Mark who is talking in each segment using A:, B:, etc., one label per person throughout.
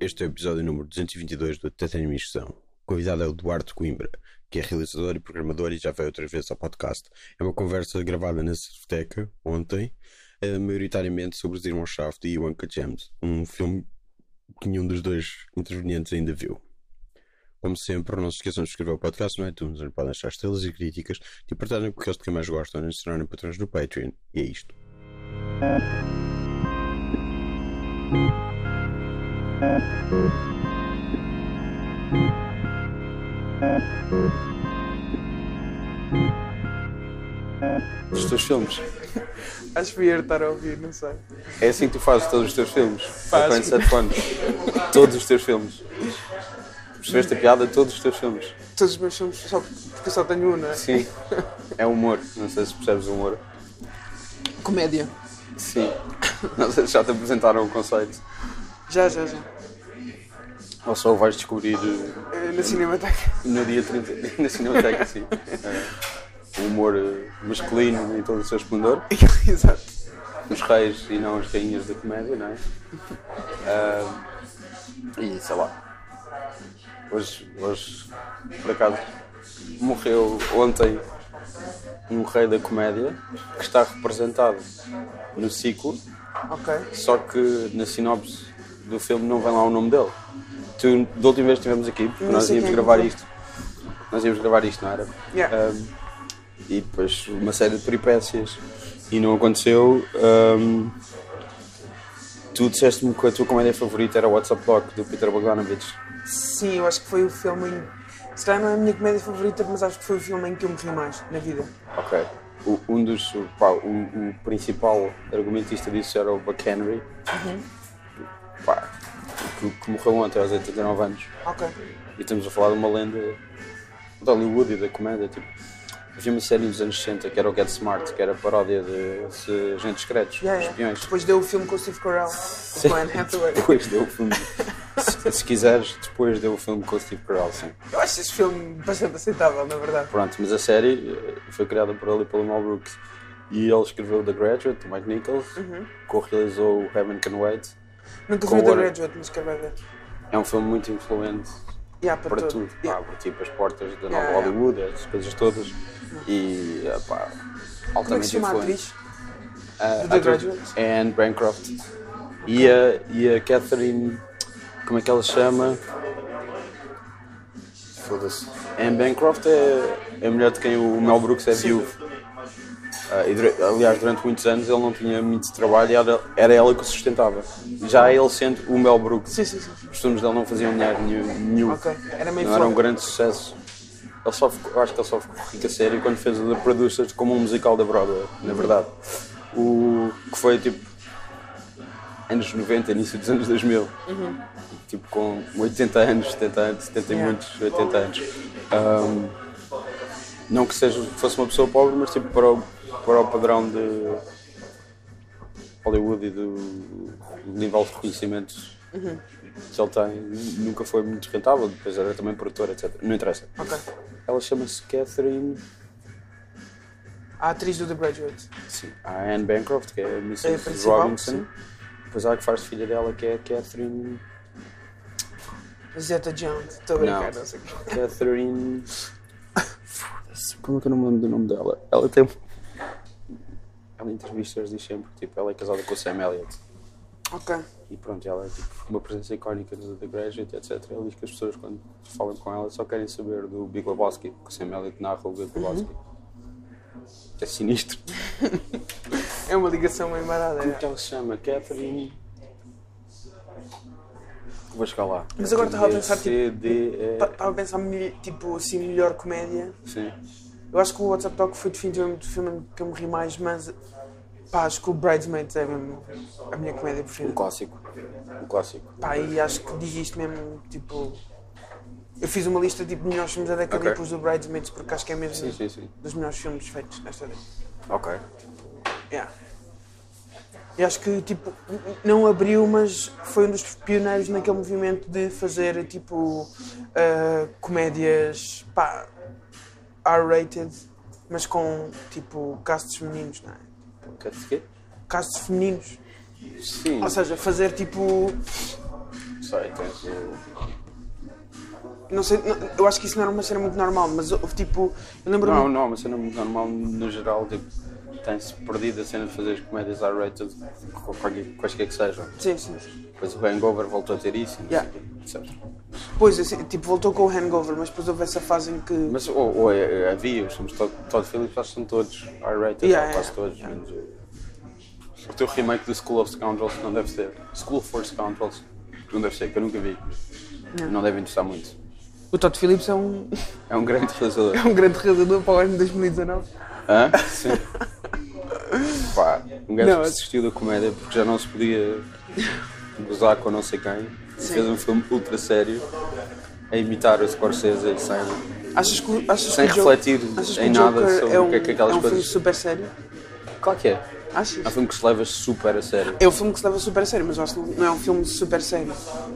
A: Este é o episódio número 222 do Tetânimo Instrução. O convidado é o Duarte Coimbra, que é realizador e programador e já veio outras vezes ao podcast. É uma conversa gravada na Cerveteca, ontem, eh, maioritariamente sobre os Irmãos Shaft e o Uncle James, um filme que nenhum dos dois intervenientes ainda viu. Como sempre, não se esqueçam de escrever o podcast no iTunes, onde podem deixar estrelas e críticas, de partarem com aqueles de quem mais gostam, e se tornarem patrões do Patreon. E é isto. Os teus filmes.
B: Acho que ia estar a ouvir, não sei.
A: É assim que tu fazes todos os teus filmes?
B: Faço.
A: Apanho sete anos. Todos os teus filmes. Percebeste a piada? Todos os teus filmes.
B: Todos os meus filmes, só porque eu só tenho um, não é?
A: Sim. É humor. Não sei se percebes o humor.
B: Comédia.
A: Sim. Não sei se já te apresentaram o conceito.
B: Já, já, já.
A: Ou só o vais descobrir eh,
B: Eh, Na Cinemateca.
A: no dia assim 30, na Cinemateca, sim. Eh, O humor eh, masculino em todo o seu esplendor.
B: Exato.
A: os reis e não as rainhas da comédia, não é? Ah, e sei lá. Hoje, hoje, por acaso, morreu ontem um rei da comédia que está representado no ciclo,
B: Ok.
A: só que na sinopse do filme não vem lá o nome dele. Tu, da última vez que estivemos aqui, porque
B: Não
A: nós
B: sei
A: íamos
B: quem é
A: gravar
B: que é.
A: isto. Nós íamos gravar isto, não era?
B: Yeah.
A: Um, e depois uma série de peripécias e não aconteceu. Um, tu disseste-me que a tua comédia favorita era o WhatsApp Doc do Peter Bogdanovich.
B: Sim, eu acho que foi o filme em... Se calhar não é a minha comédia favorita, mas acho que foi o filme em que eu me ri mais na vida.
A: Ok. O- um dos. o- Pá, o, o principal argumentista disso era o Buck Henry.
B: Uhum.
A: Pá, que, que morreu ontem aos 89 anos.
B: Ok.
A: E estamos a falar de uma lenda de Hollywood e da comédia. Tipo, havia uma série dos anos 60 que era o Get Smart, que era paródia de de agentes secretos,
B: Yeah, Tipo yeah.
A: espiões.
B: Depois deu o filme com o Steve Carell, com a Anne Hathaway.
A: Depois deu o filme. se, se quiseres, depois deu o filme com o Steve Carell, sim.
B: Eu acho esse filme bastante aceitável, na verdade.
A: Pronto, mas a série eh, foi criada por ele e pelo Mel Brooks. E ele escreveu The Graduate, do Mike Nichols,
B: Uhum.
A: co-realizou o Heaven Can Wait.
B: Nunca
A: Com
B: vi o The
A: o-
B: Graduate, mas quero ver.
A: É um filme muito influente
B: Yeah, para,
A: para
B: todo.
A: tudo. Pá,
B: Yeah.
A: abre tipo as portas da nova
B: Yeah, yeah. Uhum.
A: Hollywood, essas coisas todas. E, eh, pá, altamente
B: Como é que se chama a
A: influente.
B: atriz?
A: Ah,
B: Do The
A: a atriz
B: Graduate?
A: é Anne Bancroft. E, a, e a Catherine. Como é que ela se chama? Foda-se. Anne Bancroft é é a mulher de quem o Mel Brooks é viúvo. Ah, e dura- aliás, durante muitos anos ele não tinha muito trabalho e era, era ela que o sustentava. Já ele sendo o Mel Brooks.
B: Sim, sim, sim.
A: Os filmes dele não faziam dinheiro nenhum. nenhum.
B: Ok, era meio
A: não era um
B: foda.
A: grande sucesso. Ele só ficou- eu acho que ele só ficou rico a sério quando fez o The Producers como um musical da Broadway, na verdade. O que foi tipo anos 90, início dos anos 2000. Tipo com 80 anos, 70 anos, 70 e
B: Yeah.
A: muitos, 80 anos. Ahm, não que seja, fosse uma pessoa pobre, mas tipo para o, para o padrão de Hollywood e do nível de reconhecimento que ele tem, nunca foi muito rentável. Depois era também produtora, etc. Não interessa.
B: Ok.
A: Ela chama-se Catherine.
B: A atriz do The Graduate.
A: Sim, a Anne Bancroft, que é a
B: É a
A: Mrs.
B: principal,
A: Robinson.
B: sim.
A: Depois há a que faz de filha dela, que é a Catherine.
B: Zeta Jones. Estou a brincar, não sei o quê.
A: Catherine. Foda-se, como é que eu não me lembro do nome dela? Ela tem. um- Ela em entrevistas diz sempre que tipo, ela é casada com o Sam Elliott.
B: Ok.
A: E pronto, ela é tipo, uma presença icónica do The Graduate, etc. Ela diz que as pessoas, quando falam com ela, só querem saber do Big Lebowski, porque o Sam Elliott narra o Big Lebowski. É sinistro.
B: É uma ligação meio marada.
A: Como
B: é.
A: que ela se chama? Catherine. Vou chegar lá.
B: Mas agora estava a pensar, tipo,
A: C, D, E.
B: Estava a pensar, melhor- tipo assim, melhor comédia.
A: Sim.
B: Eu acho que o WhatsApp Talk foi definitivamente o filme que eu me ri mais, mas pá, acho que o Bridesmaids é mesmo a minha comédia
A: Um
B: preferida.
A: clássico. Um clássico.
B: Pá, e acho que diz isto mesmo, tipo. Eu fiz uma lista tipo melhores filmes da década
A: Ok.
B: e pus o Bridesmaids porque acho que é mesmo
A: Sim, sim, sim.
B: dos melhores filmes feitos nesta década.
A: Ok.
B: Yeah. E acho que tipo, não abriu, mas foi um dos pioneiros naquele movimento de fazer tipo ah, comédias pá, R-rated, mas com tipo castes femininos, não é?
A: Quer-se quê?
B: Castes femininos.
A: é? Sim.
B: Ou seja, fazer tipo
C: sei, tens o.
B: Não sei, não- eu acho que isso não era uma cena muito normal, mas houve tipo. Eu lembro-me.
A: Não, não, uma cena muito normal no geral, tipo, tem-se perdido a cena de fazer as comédias R-rated, qual- qualquer- quaisquer que sejam.
B: Sim, sim.
A: Depois o Hangover voltou a ter isso, e não
B: Yeah.
A: sei o quê, certo?
B: Pois, assim, tipo, voltou com o hangover, mas depois houve essa fase em que.
A: Mas ou, ou é- é- havia, os filmes de Todd, Todd Phillips, acho que são todos R-rated,
B: Yeah,
A: ou quase
B: yeah,
A: todos, menos o. O teu remake do School of Scoundrels não deve ser. School for Scoundrels não deve ser, que eu nunca vi. Não, deve interessar muito.
B: O Todd Phillips é um,
A: É um grande realizador.
B: é um grande realizador para o ano de 2019.
A: Hã? Sim. Pá, um gajo
B: Não,
A: que
B: é-
A: desistiu da comédia porque já não se podia gozar com não sei quem. Fez um filme ultra sério a imitar o Scorsese sem,
B: Achas que, o- achas
A: sem
B: que o Jo-
A: refletir
B: achas que
A: em
B: o
A: nada
B: Joker
A: sobre
B: é
A: o
B: um,
A: que é que aquelas
B: é um filme
A: coisas.
B: super sério?
A: Claro que é.
B: Achas?
A: É um filme que se leva super a sério.
B: É um filme que se leva super a sério, mas eu acho que não é um filme super sério.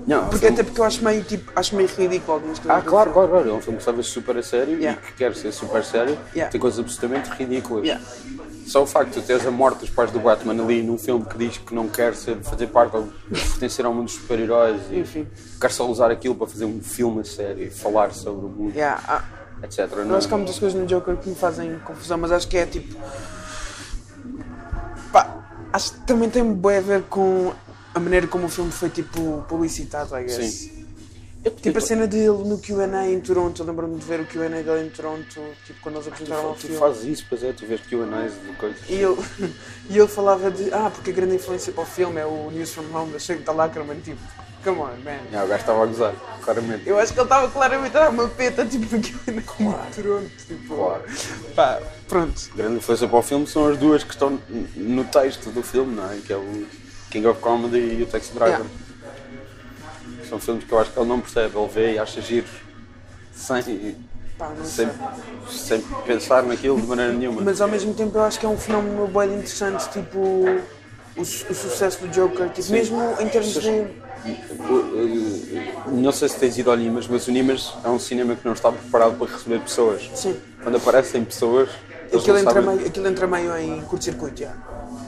A: Não, é um
B: Porque
A: filme-
B: até porque eu acho meio, tipo, acho meio ridículo algumas coisas.
A: Ah,
B: do
A: claro,
B: filme.
A: claro, claro. É um filme que se leva super a sério
B: Yeah.
A: e que quer ser super sério.
B: Yeah.
A: Tem coisas absolutamente ridículas.
B: Yeah.
A: Só o facto de teres a morte dos pais do Batman ali num filme que diz que não quer ser, fazer parte ou pertencer ao mundo dos super-heróis e
B: Enfim.
A: quer só usar aquilo para fazer um filme a sério e falar sobre o mundo, é?
B: Yeah, ah,
A: etc.
B: eu acho que há muitas coisas no Joker que me fazem confusão, mas acho que é tipo. Pá, acho que também tem bem a ver com a maneira como o filme foi tipo publicitado, I guess.
A: Sim.
B: Tipo a cena dele no QA em Toronto, eu lembro-me de ver o QA dele em Toronto, tipo quando eles apresentaram o
A: Tu
B: filme.
A: fazes isso, pois é, tu vês Q&As de coisas.
B: E ele, e ele falava de. Ah, porque a grande influência para o filme é o News from Home da Shake da Lacraman, tipo, come on, man.
A: Yeah, o gajo estava a gozar, claramente.
B: Eu acho que ele estava claramente a dar uma peta, tipo, porque eu claro. Toronto, tipo.
A: Claro.
B: Pá, pronto.
A: grande influência para o filme são as duas que estão n- no texto do filme, não é? Que é o King of Comedy e o Taxi Driver.
B: Yeah.
A: São filmes que eu acho que ele não percebe, ele vê e acha giros sem,
B: Pá, não sei.
A: sem, sem pensar naquilo de maneira nenhuma.
B: Mas ao mesmo tempo eu acho que é um fenómeno bem interessante, tipo, o, su- o sucesso do Joker, tipo, mesmo em termos de.
A: O- o- Não sei se tens ido ao Nimas, mas o Nimas é um cinema que não está preparado para receber pessoas.
B: Sim.
A: Quando aparecem pessoas, eles
B: Aquilo
A: não
B: entra,
A: sabem-
B: meio, aquilo entra meio em curto-circuito, já.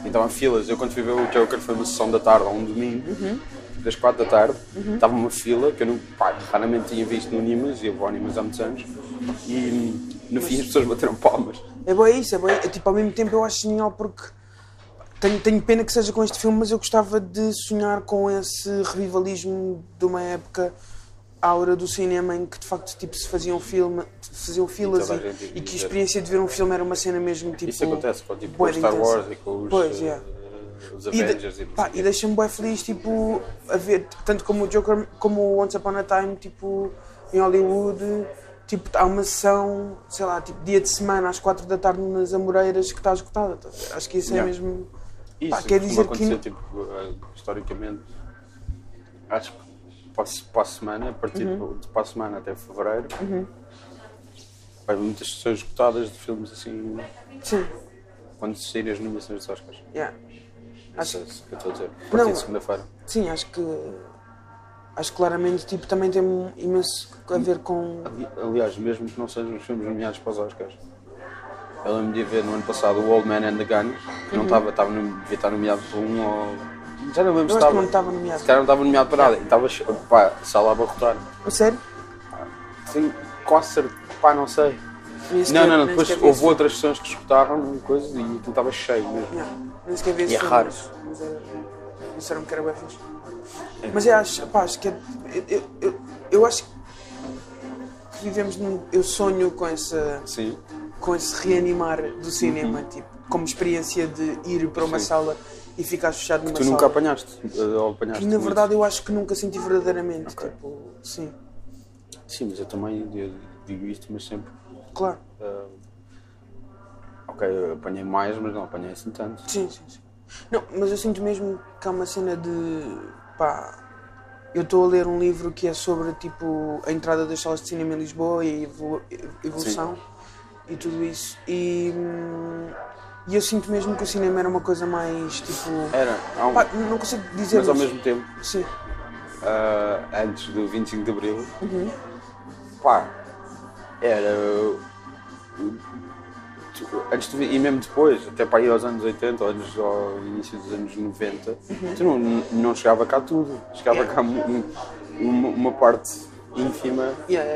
A: Então há filas. Eu quando fui ver o Joker foi uma sessão da tarde, ou um domingo,
B: Uhum.
A: das quatro da tarde. Estava uma fila que eu não, pá, raramente tinha visto no Nimas, e eu vou ao Nimas há muitos anos. E no fim as pessoas bateram palmas.
B: É bom isso, é bom. É, tipo, ao mesmo tempo eu acho genial porque. Tenho, tenho pena que seja com este filme, mas eu gostava de sonhar com esse revivalismo de uma época aura do cinema em que de facto tipo, se faziam, filme, se faziam filas e,
A: toda a gente
B: e que a
A: ia ver.
B: experiência de ver um filme era uma cena mesmo tipo.
A: Isso acontece com, tipo, com
B: bué
A: os
B: de
A: Star
B: intensa.
A: Wars e com os,
B: Pois,
A: eh,
B: yeah.
A: os
B: E,
A: Avengers.
B: de,
A: não
B: pá,
A: sei o quê.
B: e deixa-me bem feliz, tipo, a ver, tanto como o Joker, como o Once Upon a Time, tipo, em Hollywood, tipo, há uma sessão, sei lá, tipo, dia de semana às quatro da tarde nas Amoreiras que está esgotada. tá a ver? Acho que isso
A: Yeah.
B: é mesmo.
A: Isso
B: Pá, quer
A: costuma
B: dizer que-
A: acontecer, tipo, eh, historicamente, acho que para, a se- para a semana, a partir
B: Uhum.
A: de, de para a semana até fevereiro, vai haver muitas sessões esgotadas de filmes assim,
B: Sim,
A: quando saírem as nomeações dos Oscars.
B: yeah.
A: Acho
B: Acho-
A: que é isso que eu estou a dizer. A partir
B: Não.
A: de segunda-feira.
B: sim, acho que. Acho que claramente, tipo, também tem um imenso a ver com.
A: Ali- Aliás, mesmo que não sejam os filmes nomeados para os Oscars. Eu lembro de ver no ano passado o Old Man and the Gun, que
B: Uhum.
A: não estava, estava nome- devia estar nomeado por um ou. Já não lembro se
B: Eu acho que
A: estava.
B: não estava nomeado.
A: Se calhar não estava nomeado para nada. E estava che- pá, sala a abarrotar.
B: A Sério?
A: Sim, quase certeza. Pá, não sei.
B: Nem sequer-
A: Não, não, não.
B: nem
A: Depois
B: sequer vi
A: houve
B: esse
A: outras sessões que escutaram e coisa e aquilo estava cheio mesmo.
B: Yeah, nem sequer vi esse
A: E é
B: filme,
A: raro.
B: mas- Mas era, disseram que era bem fixe. Mas eu acho, pá, acho que é, eu, eu, eu acho que vivemos num. Eu sonho com, essa,
A: Sim.
B: com esse reanimar do cinema, tipo, como experiência de ir para uma
A: Uhum. Sim.
B: sala e ficar fechado numa
A: Tu
B: sala.
A: nunca apanhaste. eh, Ou apanhaste
B: Que na
A: muito.
B: verdade eu acho que nunca senti verdadeiramente.
A: Ok.
B: Tipo, sim,
A: Sim, mas eu também eu digo isto, mas sempre.
B: claro.
A: eh, ok, eu apanhei mais, mas não apanhei assim tanto.
B: Sim, sim, sim. Não, mas eu sinto mesmo que há uma cena de. pá. Eu estou a ler um livro que é sobre tipo a entrada das salas de cinema em Lisboa e a evolu- evolução e tudo isso. E, hum, e eu sinto mesmo que o cinema era uma coisa mais tipo.
A: Era, há um-
B: Pá, não consigo dizer.
A: mas ao mesmo tempo,
B: Sim,
A: ah, antes do 25 de Abril, pá, era. o- tu- Antes de, e mesmo depois, até para ir aos anos 80, ou anos, ao início dos anos 90, tu não, não chegava cá tudo. Chegava cá mu- mu- uma, uma parte ínfima
B: Yeah,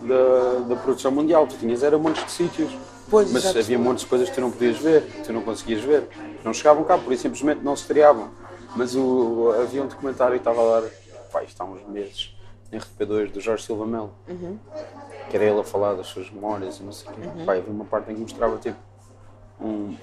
B: yeah.
A: da, da produção mundial. Tu tinhas era montes de sítios.
B: Pois,
A: mas
B: exato.
A: havia montes de coisas que tu não podias ver, que tu não conseguias ver. Não chegavam cá, por isso simplesmente não se estreavam. Mas o, havia um documentário que estava a dar, pá, isto há uns meses, em RTP2, do Jorge Silva Melo.
B: Uhum.
A: Que era ele a falar das suas memórias e não sei o quê. Pá, havia uma parte em que mostrava tipo um,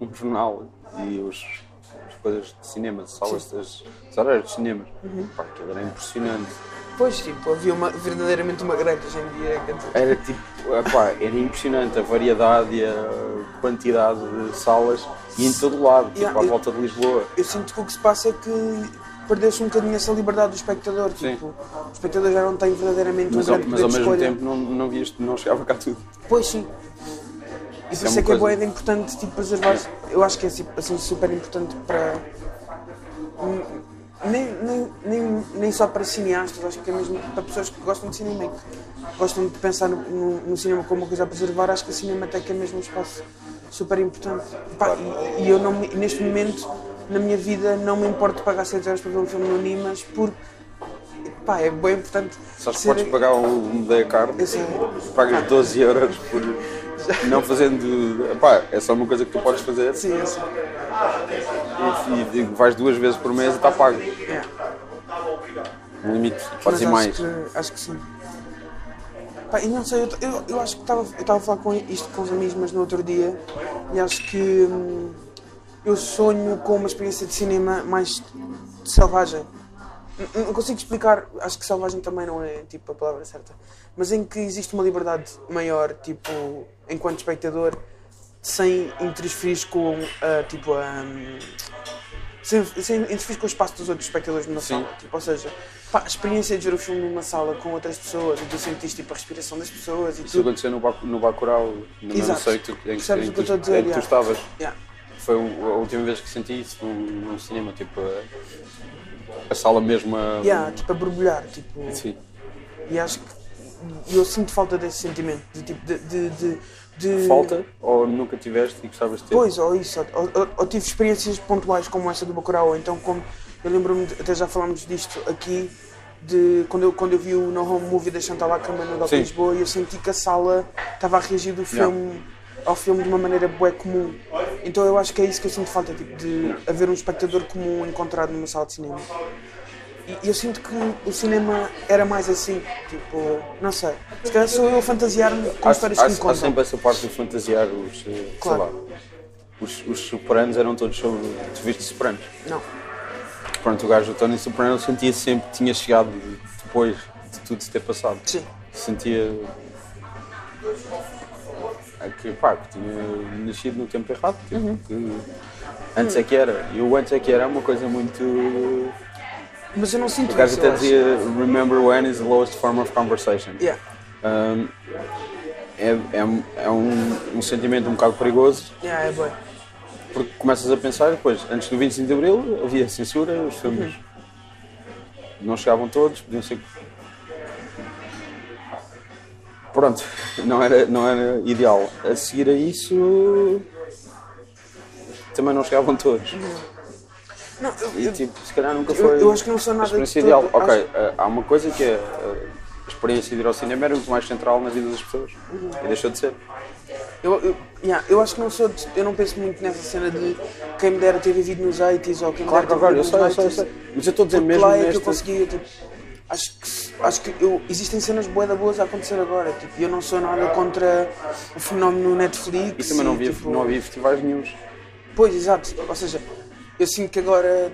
A: um jornal e os, as coisas de cinema, de salas, das, dos horários de cinema.
B: Uhum.
A: Pá, aquilo era impressionante.
B: Pois, tipo, havia uma, verdadeiramente uma grelha hoje em dia. entre-
A: Era tipo, epá, era impressionante a variedade e a quantidade de salas e em todo lado, tipo
B: Yeah,
A: à
B: eu-
A: volta de Lisboa.
B: Eu sinto que o que se passa é que perdeu-se um bocadinho essa liberdade do espectador.
A: Sim.
B: Tipo, o espectador já não tem verdadeiramente
A: Mas,
B: um
A: ao,
B: grande
A: mas
B: poder
A: ao
B: de
A: mesmo
B: escolha.
A: tempo não, não vias, não chegava cá tudo.
B: Pois sim. E por
A: é
B: isso é
A: uma
B: que é
A: coisa-
B: boeda importante tipo, preservar Eu acho que é assim, assim, super importante para. hum, Nem, nem, nem, nem só para cineastas, acho que é mesmo para pessoas que gostam de cinema e que gostam de pensar no, no- no cinema como uma coisa a preservar. Acho que a Cinemateca é mesmo um espaço super importante. Pá, e, e eu não, me- neste momento, na minha vida, não me importo pagar 7 euros para ver um filme no Nimas porque pá, é bem importante.
A: Sabes que
B: ser-
A: podes pagar um meio carne,
B: Eu sei.
A: pagas 12 euros por não fazendo. Epá, é só uma coisa que tu podes fazer
B: Sim, é assim, eu
A: e,
B: sei.
A: e vais duas vezes por mês e está pago.
B: Yeah.
A: No limite,
B: Mas
A: podes ir
B: acho
A: mais.
B: Que, acho que sim. Pá, e não sei, eu, eu, eu acho que estava eu estava a falar com isto com os amigos, mas no outro dia, e acho que hum, eu sonho com uma experiência de cinema mais selvagem. N- Não consigo explicar, acho que selvagem também não é tipo a palavra certa, mas em que existe uma liberdade maior, tipo, enquanto espectador, sem interferir com a, tipo, a, hum, sem, sem interferir com o espaço dos outros espectadores numa sala. Tipo, ou seja, pá, a experiência de ver o filme numa sala com outras pessoas, e tu sentiste tipo, a respiração das pessoas e
A: Isso
B: tudo.
A: aconteceu no, Bac- no Bacurau, no
B: Exato.
A: não sei que tu- em, que-
B: Percebes
A: em
B: o que eu
A: que
B: estou a
A: tu-
B: dizer,
A: em que tu
B: yeah.
A: estavas.
B: Yeah.
A: Foi o- a última vez que senti isso num, num cinema, tipo a, a sala mesmo a.
B: Yeah, tipo a borbulhar, tipo,
A: Sim.
B: e acho que eu sinto falta desse sentimento, de tipo, de... de, de- de-
A: Falta ou nunca tiveste e gostavas de ter?
B: Pois, ou isso, ou, ou- ou tive experiências pontuais como essa do Bacurau, ou então como, eu lembro-me, de- até já falámos disto aqui, de quando eu, quando eu vi o No Home Movie da Chantal Ackerman no Doc
A: Sim.
B: Lisboa, e eu senti que a sala estava a reagir do filme, ao filme de uma maneira bué comum, então eu acho que é isso que eu sinto falta, tipo, de haver um espectador comum encontrado numa sala de cinema. E eu sinto que o cinema era mais assim, tipo, não sei, se calhar sou eu a fantasiar-me com
A: há,
B: histórias que me
A: há, há
B: contam.
A: sempre essa parte de fantasiar os. eh,
B: Claro.
A: Sei lá. Os, os Sopranos eram todos sobre. Tu viste Sopranos?
B: Não,
A: Pronto, o gajo do Tony Soprano sentia sempre que tinha chegado depois de tudo se ter passado.
B: sim.
A: Sentia. é que, pá, que tinha nascido no tempo errado. Tipo, que antes é que era. E o antes é que era é uma coisa muito.
B: Mas eu não sinto
A: O gajo
B: isso,
A: até
B: eu acho.
A: dizia Remember when is the lowest form of conversation.
B: Yeah.
A: Um, é é, é um, um sentimento um bocado perigoso
B: Yeah, é bom.
A: porque começas a pensar depois, antes do 25 de Abril havia censura, os filmes não chegavam todos, podiam ser. Pronto, não era, não era ideal. A seguir a isso também não chegavam todos.
B: Não, eu,
A: E
B: eu-
A: tipo, se calhar nunca
B: eu-
A: foi.
B: eu acho que não sou nada
A: A experiência
B: de todo-
A: ideal. Ok,
B: acho-
A: eh, há uma coisa que é. eh, A experiência de ir ao cinema era muito mais central na vida das pessoas. E deixou de ser.
B: eu, eu, yeah, eu acho que não sou. de- eu não penso muito nessa cena de quem me dera ter vivido nos 80s ou quem
A: Claro,
B: me dera
A: claro,
B: ter
A: claro, eu
B: vivido
A: sei, eu
B: nos
A: sei, eu
B: 80s.
A: sei. Mas eu estou a dizer
B: Porque
A: mesmo
B: lá é que eu
A: nesta-
B: conseguia. Tipo, acho que, acho que eu, existem cenas bué da boas a acontecer agora. Tipo, eu não sou nada contra o fenómeno Netflix.
A: E também não
B: e,
A: havia,
B: tipo,
A: não havia festivais nenhums.
B: Pois, exato. Ou seja, eu sinto que agora.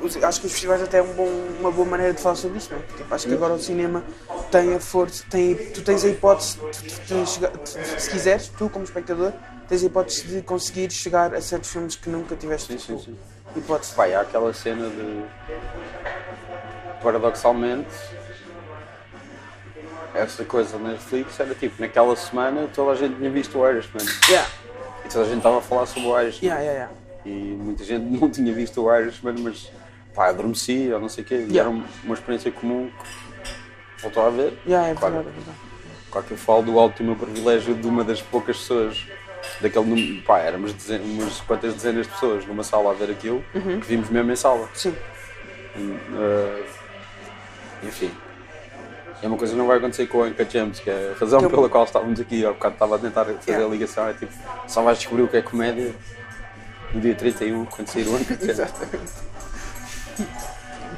B: os- Acho que os festivais até é um bom- uma boa maneira de falar sobre isso, não é? Tipo,
A: Uhum.
B: acho que agora o cinema tem a força, tem, tu tens a hipótese, de, de- de chegar- de- se quiseres, tu como espectador, tens a hipótese de conseguir chegar a certos filmes que nunca tiveste tipo,
A: Sim, sim, sim.
B: hipótese.
A: Pai, Tipo, há aquela cena de. Paradoxalmente. Essa coisa na Netflix era tipo, naquela semana toda a gente tinha visto o Irishman.
B: Yeah,
A: E toda a gente estava a falar sobre o Irishman.
B: yeah, yeah, yeah.
A: E muita gente não tinha visto o Irishman, mas pá, adormeci ou não sei o quê. E
B: Yeah.
A: Era um- uma experiência comum que voltou a ver.
B: Yeah, é
A: claro,
B: verdade, é verdade.
A: claro que eu falo do alto do meu privilégio de uma das poucas pessoas, daquele número, pá, éramos dezen- umas quantas
B: Uhum.
A: dezenas de pessoas numa sala a ver aquilo, que vimos mesmo em sala.
B: Sim,
A: Uh, Enfim. É uma coisa que não vai acontecer com a Anka James, que é a razão
B: Que eu-
A: pela qual estávamos aqui, há bocado estava a tentar fazer
B: Yeah.
A: a ligação, é tipo, só vais descobrir o que é comédia no dia 31, quando sair o Anka James.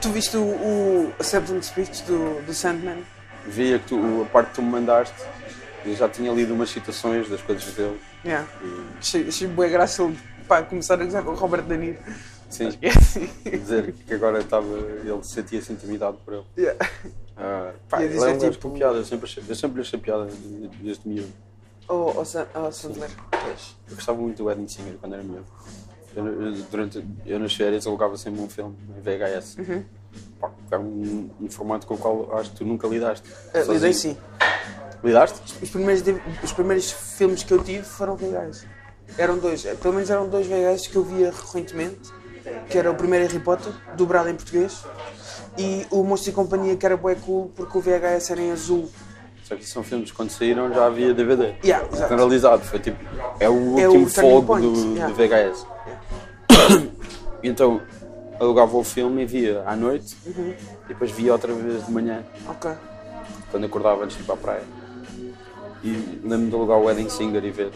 B: Tu viste o, o acceptance speech do, do Sandman?
A: Vi a, que tu, a parte que tu me mandaste, eu já tinha lido umas citações das coisas dele.
B: Yeah.
A: E,
B: Achei, achei boa graça ele pá, começar a gozar com o Robert De Niro.
A: sim, dizer que agora estava, ele sentia-se intimidado por ele.
B: Yeah.
A: Ah, pá,
B: E a
A: ele é
B: dizer,
A: um gajo
B: tipo-
A: com piada, eu sempre, achei- eu sempre lhe achei piada desde miúdo.
B: Oh, oh, San, oh Sandler.
A: Eu gostava muito do Edwin Singer quando era miúdo. Eu, eu- durante, eu nas férias alugava sempre um filme em VHS.
B: Uhum.
A: Pá, é um, um formato com o qual acho que tu nunca lidaste.
B: Ah,
A: sozinho.
B: Lidei sim.
A: Lidaste?
B: Os primeiros, div- os primeiros filmes que eu tive foram VHS. Eram dois, eh, pelo menos eram dois VHS que eu via recorrentemente, que era o primeiro Harry Potter, dobrado em português, e o Monstro e Companhia, que era bué cool, porque o VHS era em azul.
A: Só que são filmes que quando saíram já havia DVD.
B: Yeah, exato.
A: Generalizado. Foi tipo. É o
B: É o
A: último
B: turning
A: fogo
B: point,
A: do,
B: yeah.
A: do VHS. E Então alugava o filme e via à noite
B: Uhum.
A: e depois via outra vez de manhã.
B: Ok.
A: quando acordava antes de ir para a praia. E lembro-me de alugar o Wedding Singer e ver.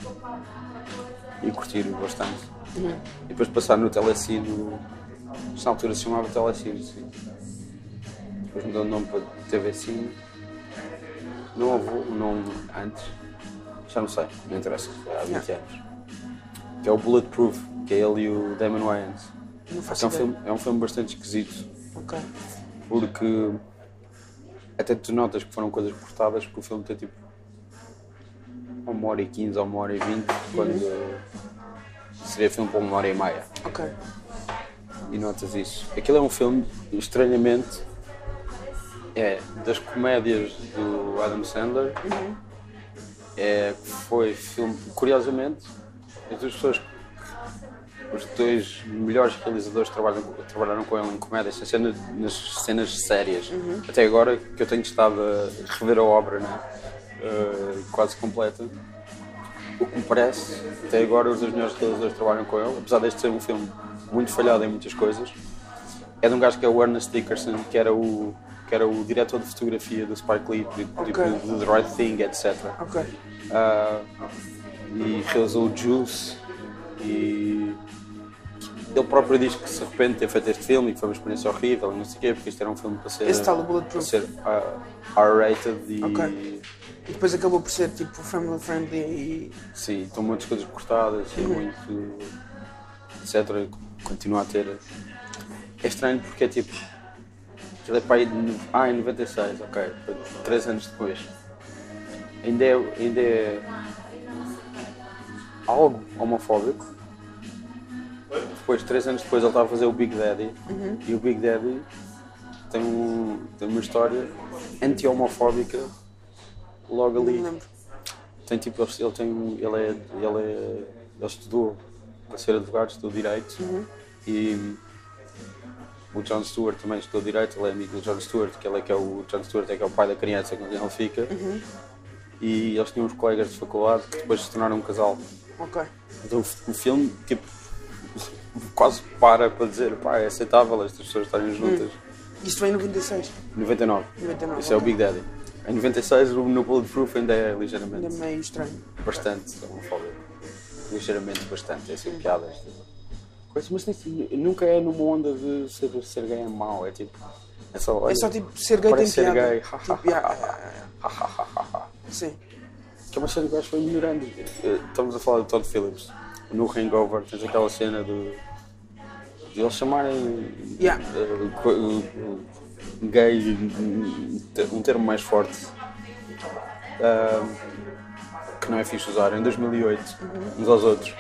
A: E curtir bastante.
B: Uhum.
A: E depois passar no Telecine. Isto na altura se chamava Telecine, sim. Depois mudou o nome para TV Cine. Não houve um nome antes. Já não sei, não interessa. Há 20 anos. Que é o Bulletproof, que é ele e o Damon Wayans.
B: Não
A: É
B: faço
A: um
B: ideia.
A: filme, é um filme bastante esquisito
B: Ok.
A: porque até tu notas que foram coisas cortadas porque o filme tem tipo ou uma hora e quinze ou uma hora e vinte quando seria filme para uma hora e meia
B: Ok.
A: e notas isso. Aquilo é um filme, estranhamente, é das comédias do Adam Sandler, é, foi filme, curiosamente, as duas pessoas, os dois melhores realizadores que trabalham, trabalharam com ele em comédias, sem ser na- nas cenas sérias, até agora que eu tenho estado a rever a obra, né? eh, quase completa. O que me parece, até agora os dois melhores realizadores que trabalham com ele, apesar deste ser um filme muito falhado em muitas coisas, é de um gajo que é o Ernest Dickerson, que era o, que era o diretor de fotografia do Spike Lee, tipo
B: Ok.
A: do The Right Thing, etc.
B: Ok.
A: Ah, e realizou o Juice e ele próprio diz que se arrepende de ter feito este filme e que foi uma experiência horrível e não sei o quê, porque isto era um filme para ser,
B: Esse tal, o
A: para
B: Bulletproof.
A: ser ah, R-rated e
B: Ok. E depois acabou por ser tipo family friendly e.
A: Sim, estão muitas coisas cortadas e muito. etc. Continua a ter. É estranho porque é tipo. Aquilo é para aí. de no- Ah, em 96, ok. Foi Três anos depois. Ainda é. Ainda é algo homofóbico. Depois, três anos depois, ele estava a fazer o Big Daddy.
B: Uhum.
A: E o Big Daddy tem, um, tem uma história anti-homofóbica logo
B: Não
A: ali.
B: me lembro.
A: Tem tipo, ele, ele tem um- ele é, ele é, ele estudou para ser advogado, estudou direito e o John Stewart também estudou direito, ele é amigo do John Stewart, que ele é que é o John Stewart é que é o pai da criança com quem ele fica e eles tinham uns colegas de faculdade que depois se tornaram um casal.
B: Ok.
A: Então o, f- o filme tipo quase para para dizer, pá, é aceitável estas pessoas estarem juntas.
B: Isto foi em 96.
A: 99.
B: 99,
A: Esse é o
B: ok.
A: Big Daddy. Em 96 o No Bulletproof ainda é ligeiramente
B: Ainda meio estranho.
A: bastante homofóbico. Ligeiramente bastante, é assim, piadas. tipo, Coisas, mas nem assim, nunca é numa onda de ser, ser gay é mau, é tipo. É só, olha,
B: É só tipo ser gay tem
A: parece ser
B: piada.
A: gay.
B: Tipo, yeah, yeah, yeah, yeah. Sim.
A: Que é uma cena que eu acho que foi melhorando. Eh, Estamos a falar do Todd Phillips. No Hangover tens aquela cena do. de eles chamarem.
B: Yeah.
A: eh, co- eh, gay um ter- um termo mais forte. ah, que não é fixe usar, em 2008, uns aos outros.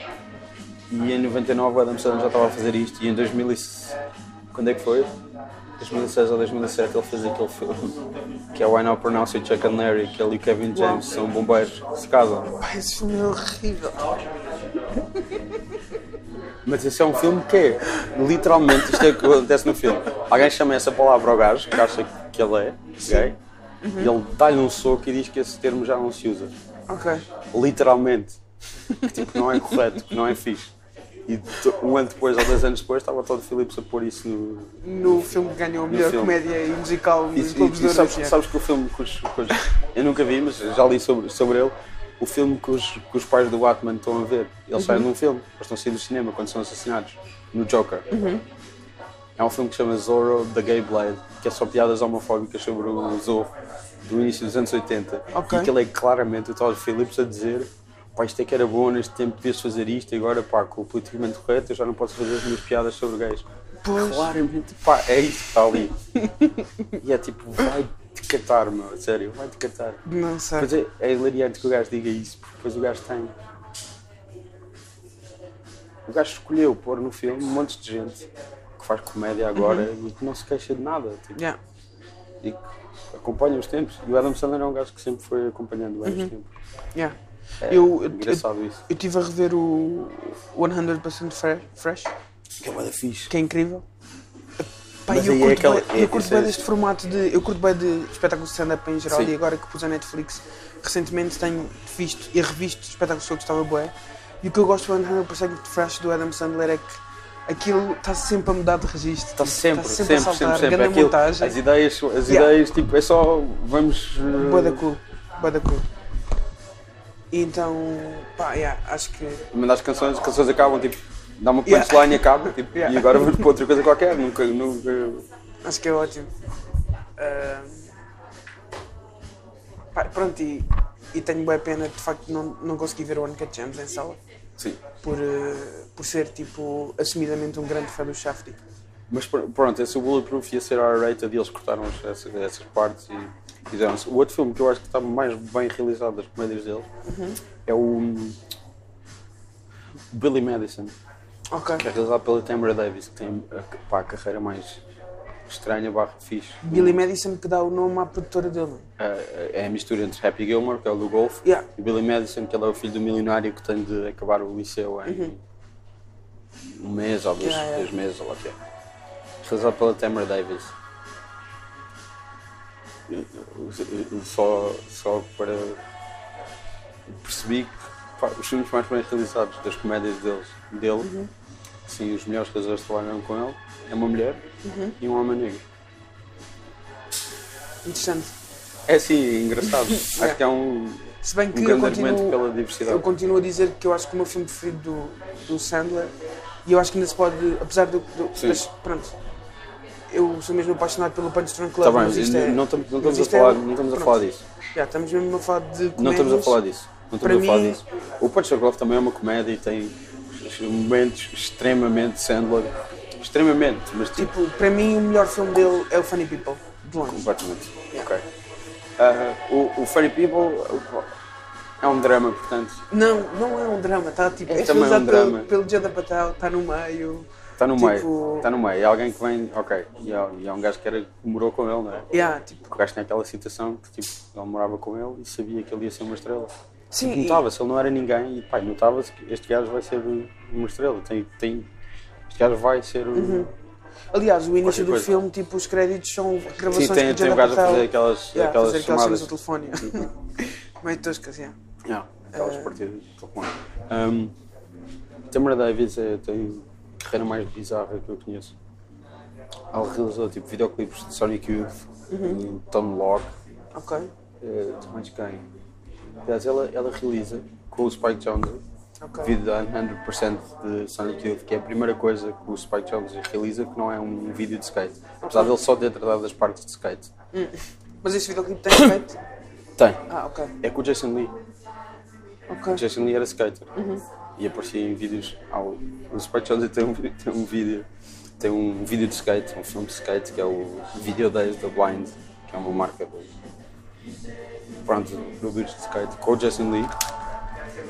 A: E em 99 o Adam Sandler já estava a fazer isto e em 2000 e se- quando é que foi? 2006 ou 2007 ele fez aquele filme que é o I Now Pronounce It, Chuck and Larry, que ele e o Kevin James são bombeiros que se casam.
B: Pá, esse filme é horrível.
A: Mas esse é um filme que é, literalmente, isto é o que acontece no filme. Alguém chama essa palavra ao gajo, que acha que ele é gay, e ele dá-lhe um soco e diz que esse termo já não se usa.
B: Ok.
A: Literalmente. Que, tipo, não é correto, que não é fixe. E to- um ano depois, ou dois anos depois, estava o Todd Phillips a pôr isso no.
B: No filme que ganhou a melhor
A: filme.
B: comédia e musical
A: E,
B: dos
A: e,
B: Globos de
A: e
B: Ouro.
A: sabes,
B: este ano.
A: sabes que o filme que os, que os- Eu nunca vi, mas já li sobre, sobre ele. O filme que os, que os pais do Batman estão a ver. Eles saem de um filme, eles estão a sair do cinema quando são assassinados. No Joker. É um filme que se chama Zorro The Gay Blade, que é só piadas homofóbicas sobre o Zorro do início dos anos 80.
B: Ok.
A: E que ele é claramente o Todd Phillips a dizer. Pá, isto é que era bom neste tempo, devias fazer isto, e agora pá, com o politicamente correto eu já não posso fazer as minhas piadas sobre gays.
B: Pois.
A: Claramente, pá, é isso que está ali. E é tipo, vai-te catar, meu, a sério, vai-te catar.
B: Não sei.
A: Mas é, é hilariante que o gajo diga isso, porque depois o gajo tem. O gajo escolheu pôr no filme um monte de gente que faz comédia agora
B: Uhum.
A: e que não se queixa de nada. Tipo,
B: Yeah.
A: E que acompanha os tempos. E o Adam Sandler é um gajo que sempre foi acompanhando bem os tempos.
B: Yeah.
A: É
B: Uhum. eu, eu,
A: engraçado isso.
B: eu estive a rever o 100% Fre- Fresh,
A: Que é uma da fixe.
B: que é incrível. Pá,
A: Mas
B: eu
A: aí é
B: curto,
A: aquela-
B: bem,
A: é-
B: eu curto
A: isso
B: bem
A: é-
B: deste formato de. Eu curto bem de espetáculos de stand-up em geral
A: Sim.
B: e agora que pus a Netflix, recentemente tenho visto e revisto espetáculos que eu gostava bué. E o que eu gosto do 100% Fresh do Adam Sandler é que aquilo está sempre a mudar de registro.
A: Está sempre,
B: tá
A: sempre,
B: a
A: sempre,
B: saltar,
A: sempre.
B: grande
A: É aquilo,
B: montagem.
A: as ideias, as
B: Yeah.
A: ideias, tipo, é só. Vamos. eh,
B: Bué da cool, bué da cool. E então, pá, yeah, acho que
A: mandar as canções, as canções acabam, tipo, dá uma
B: Yeah.
A: punchline e acaba, tipo,
B: Yeah.
A: e agora vamos para outra coisa qualquer, nunca, nunca...
B: Acho que é ótimo. Ahm, pá, pronto, e, e tenho boa pena de facto não, não conseguir ver o One Cut Gems em sala
A: Sim.
B: por, eh, por ser tipo assumidamente um grande fã do Shafty.
A: Mas pr- pronto, esse Bulletproof ia ser R-rated e eles cortaram as- essa- essas, partes e fizeram-se. O outro filme que eu acho que está mais bem realizado das comédias deles é o hum, Billy Madison,
B: Ok.
A: que é realizado pela Tamara Davis, que tem a, pá, a carreira mais estranha barra fixe.
B: Billy Madison que dá o nome à produtora dele. não é?
A: É- é a mistura entre Happy Gilmore, que é o do golfe,
B: Yeah.
A: e Billy Madison, que ele é o filho do milionário que tem de acabar o liceu em um mês ou dois,
B: Uhum. Yeah, yeah.
A: dois meses, ou lá o que é. Realizado pela Tamara Davis. Eu- eu- eu eh, Só, só para. Percebi que pá, os filmes mais bem realizados das comédias deles, dele,
B: Uhum.
A: sim, os melhores realizadores que trabalharam com ele, é uma mulher
B: Uhum.
A: e um homem negro.
B: Interessante.
A: É sim, engraçado. Acho que é um.
B: Se bem que
A: um
B: eu,
A: grande argumento
B: continuo,
A: pela diversidade.
B: eu continuo a dizer que eu acho que o meu filme preferido do, do Sandler, e eu acho que ainda se pode, apesar do. do
A: Sim.
B: mas pronto, eu sou mesmo apaixonado pelo Punch Drunk Club.
A: Tá bem,
B: mas isto é-
A: não, estamos, não estamos
B: mas
A: a
B: isto é-
A: falar, não estamos a
B: pronto.
A: falar disso.
B: Já, estamos mesmo a falar de comédias.
A: Não estamos a falar disso. Não
B: Para
A: estamos a falar
B: mim-
A: disso. O Punch Drunk Love também é uma comédia e tem momentos extremamente Sandler. Extremamente, mas tipo.
B: Tipo, para mim o melhor filme dele é o Funny People, de longe.
A: Completamente. Ok. Ah, o, o Funny People uh, é um drama, portanto.
B: Não, não é um drama, tá? Tipo,
A: É
B: é
A: também um
B: realizado
A: drama.
B: pelo, pelo Jada Patel, está tá no meio.
A: Está tá no
B: Tipo-
A: meio. Está no meio. É alguém que vem. Ok. E é, e é um gajo que era, morou com ele, não é?
B: Yeah, tipo,
A: O gajo tem aquela citação que tipo, ele morava com ele e sabia que ele ia ser uma estrela.
B: Sim,
A: Tipo, notava-se, ele não era ninguém e pai, notava-se que este gajo vai ser um, uma estrela. Tem, tem, este gajo vai ser. um-
B: Uhum. aliás, o início do
A: coisa.
B: filme, tipo, os créditos são gravações
A: Sim, tem,
B: que o
A: tem
B: Jada
A: o gajo a
B: Patel...
A: fazer aquelas,
B: Yeah,
A: aquelas
B: fazer aquelas
A: chamadas. Uhum.
B: cenas do telefone. meio toscas, yeah.
A: Não, aquelas
B: Eh,
A: partidas de telefone. Um, Tamara Davis é, tem a carreira mais bizarra que eu conheço. Ela realizou tipo videoclipes de Sonic Youth,
B: Uhum.
A: do Tom Locke,
B: Ok,
A: eh, de mais quem? Aliás, ela, ela realiza com o Spike Jonze,
B: Ok.
A: vídeo da 100% de Sonic Youth, que é a primeira coisa que o Spike Jonze realiza que não é um vídeo de skate. Apesar dele só ter tratado das partes de skate.
B: mas esse videoclipe tem feito?
A: Tem.
B: Ah, ok,
A: É com o Jason Lee. O
B: ok.
A: Jason Lee era skater. E aparecia em vídeos. Ao... O Spike Jonze tem um, vi- tem um vídeo. Tem um vídeo de skate, um filme de skate, que é o Video Days da Blind, que é uma marca de. Pronto, de produtos de skate com o Jason Lee.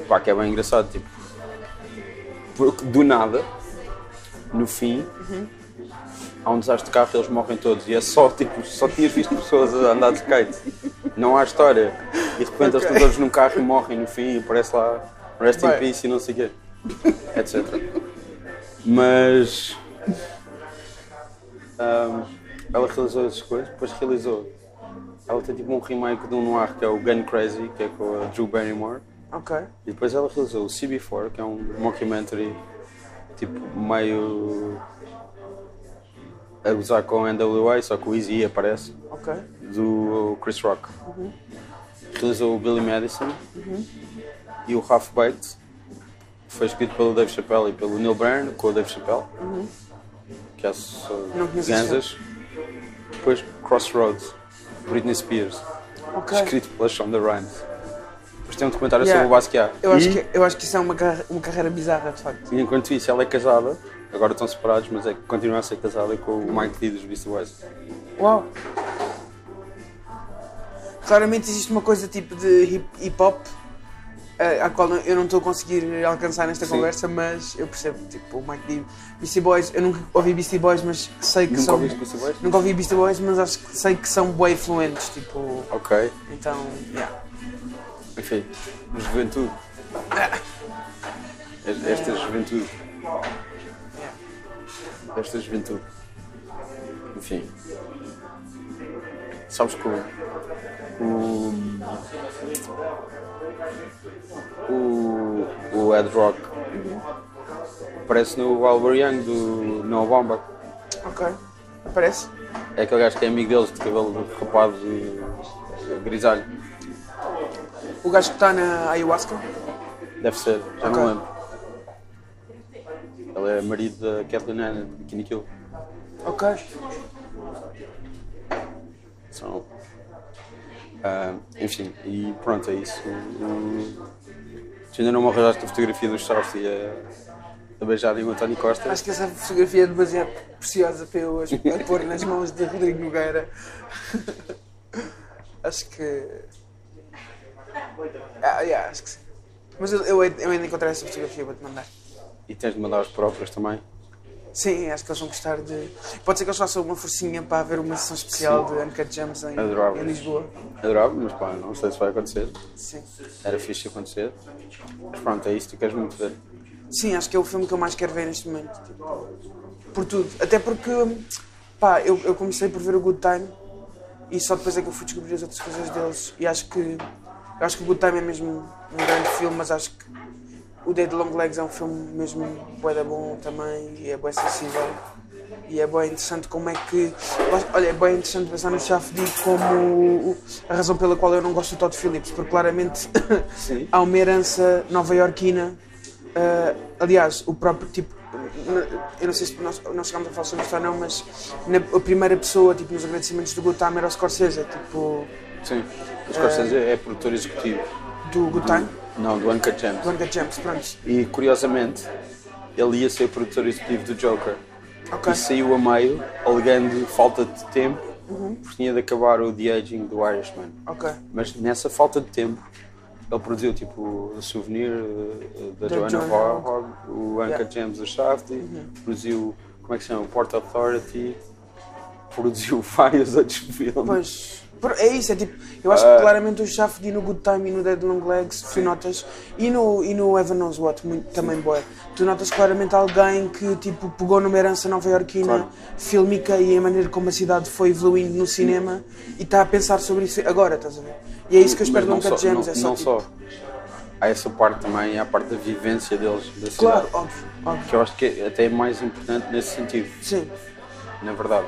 A: Pá, que é bem engraçado, tipo. Porque do nada, no fim, há um desastre de carro e eles morrem todos. E é só, tipo, só tinhas visto pessoas a andar de skate. Não há história. E de repente eles estão todos num carro e morrem no fim e aparece lá Rest in
B: Bem.
A: Peace e não sei o quê. Etc. Mas. ahm, ela realizou essas coisas, depois realizou. Ela tem tipo um remake de um noir que é o Gun Crazy, que é com a Drew Barrymore.
B: Ok,
A: E depois ela realizou o CB4, que é um mockumentary tipo, meio. a gozar com o NWA, só que o Easy aparece,
B: Ok.
A: do Chris Rock. Realizou o Billy Madison e o Half Baked. Foi escrito pelo Dave Chappelle e pelo Neil Byrne, com o Dave Chappelle, que é só
B: Não conheço
A: Ganzas. Depois Crossroads, Britney Spears,
B: Ok.
A: escrito pela Shonda Rhimes. Depois tem um documentário
B: Yeah.
A: sobre o Basquiat.
B: Eu acho,
A: E-
B: que, eu acho que isso é uma, carre- uma carreira bizarra, de facto.
A: e enquanto isso, ela é casada, agora estão separados, mas é que continua a ser casada com o Mike D dos Beastie Boys.
B: Uau! Claramente existe uma coisa tipo de hip- hip hop eh, à qual eu não estou a conseguir alcançar nesta
A: Sim.
B: conversa, mas eu percebo, tipo, o Mike D. Beastie Boys, eu nunca ouvi Beastie Boys, mas sei que
A: Nunca
B: são.
A: ouviste Beastie Boys?
B: Nunca ouvi Beastie Boys, mas acho que sei que são bem influentes, tipo.
A: Ok,
B: Então, yeah.
A: enfim, juventude. Es- Esta é juventude,
B: yeah.
A: esta é juventude. Enfim. Sabes que o. O. O, o Ed Rock
B: Uhum.
A: aparece no Albert Young do No Bomba.
B: Ok. Parece?
A: É aquele gajo que é amigo deles, de cabelo rapado e grisalho.
B: O gajo que está na ayahuasca?
A: Deve ser, já
B: Ok.
A: não lembro. Ele é marido da Kathleen Hanna, de Bikini Kill.
B: Ok.
A: São... Ah, enfim, e pronto, é isso. O- Tu ainda não me arranjaste a fotografia do Shaft e a, a beijar o António Costa.
B: Acho que essa fotografia é demasiado preciosa para eu as- a pôr nas mãos de Rodrigo Nogueira. acho que. Ah, yeah, acho que sim. Mas eu, eu, eu ainda encontrei essa fotografia, vou-te mandar.
A: E tens de mandar as próprias também.
B: Sim, acho que eles vão gostar de. Pode ser que eles façam uma forcinha para haver uma sessão especial de Uncut Gems em,
A: Adorava.
B: em Lisboa.
A: Adorava, mas pá, não sei se vai acontecer.
B: Sim.
A: Era fixe acontecer. Mas pronto, é isso que tu queres muito ver.
B: Sim, acho que é o filme que eu mais quero ver neste momento. tipo, por tudo. Até porque, pá, eu, eu comecei por ver o Good Time e só depois é que eu fui descobrir as outras coisas deles. E acho que, eu acho que o Good Time é mesmo um grande filme, mas acho que o Dead Long Legs é um filme mesmo bué da bom também e é bué sensível. E é bem interessante como é que. eu acho- Olha, é bem interessante pensar no Shafdi como o- a razão pela qual eu não gosto do Todd Phillips, porque claramente
A: Sim.
B: há uma herança nova-iorquina. ah, aliás, o próprio tipo. n- Eu não sei se nós, nós chegámos a falar sobre isto ou não, mas na, a primeira pessoa, tipo, nos agradecimentos do Good Time era o Scorsese, tipo,
A: Sim. O Scorsese é produtor executivo.
B: do Good Time,
A: Não, do Uncut Gems.
B: do Uncut Gems, pronto.
A: E curiosamente, ele ia ser produtor executivo do Joker.
B: Ok.
A: E saiu a meio, alegando falta de tempo,
B: Uhum.
A: porque tinha de acabar o The Aging do Irishman.
B: Ok.
A: Mas nessa falta de tempo, ele produziu tipo o Souvenir eh, da
B: Da
A: Joanna
B: Joanna
A: Vaughan, o Anka
B: Yeah. Uhum.
A: James do Shaft, produziu, como é que se chama, o Port Authority, produziu vários outros filmes.
B: Pois, por- é isso, é tipo, eu acho
A: Ah.
B: que claramente o Shafdi no Good Time e no Dead Long Legs, tu notas, e no, e no Evan Knows What, muito- também boa, tu notas claramente alguém que tipo pegou numa herança nova-iorquina,
A: Claro.
B: fílmica e a maneira como a cidade foi evoluindo no cinema e está a pensar sobre isso agora, estás a ver? E é isso que eu espero
A: Mas
B: de um
A: não
B: Cat
A: só,
B: James,
A: não,
B: é só,
A: não
B: tipo,
A: só. Há essa parte também, há a parte da vivência deles, da cidade.
B: Claro, óbvio, óbvio,
A: que eu acho que é até mais importante nesse sentido,
B: sim.
A: na verdade.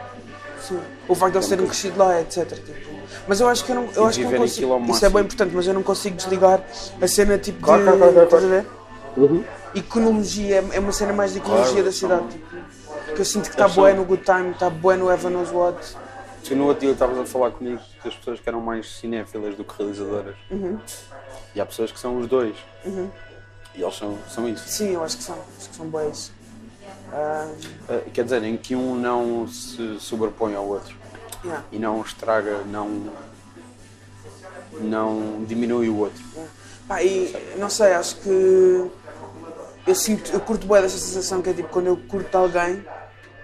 B: Sim. O facto de eles terem crescido lá, etc. tipo. Mas eu acho que eu não, eu acho que não
A: viverem aquilo ao
B: consigo. Isso é
A: máximo.
B: bem importante, mas eu não consigo desligar a cena tipo
A: Claro,
B: de.
A: claro, claro, claro, Uhum.
B: Estás a ver? Iconologia é- é uma cena mais de iconologia
A: Claro,
B: da
A: são-
B: cidade. Tipo, que eu sinto que está
A: são-
B: boa no Good Time, está boa no Evan Knows What.
A: Tu no outro dia estavas a falar comigo das pessoas que eram mais cinéfilas do que realizadoras.
B: Uhum.
A: E há pessoas que são os dois. E eles são, são isso.
B: Sim, eu acho que são. Acho que são boas. Ah,
A: Ah, quer dizer, em que um não se sobrepõe ao outro.
B: yeah.
A: E não estraga, não. não diminui o outro.
B: Pá, e não sei, acho que eu sinto, eu curto bem dessa sensação que é tipo quando eu curto alguém,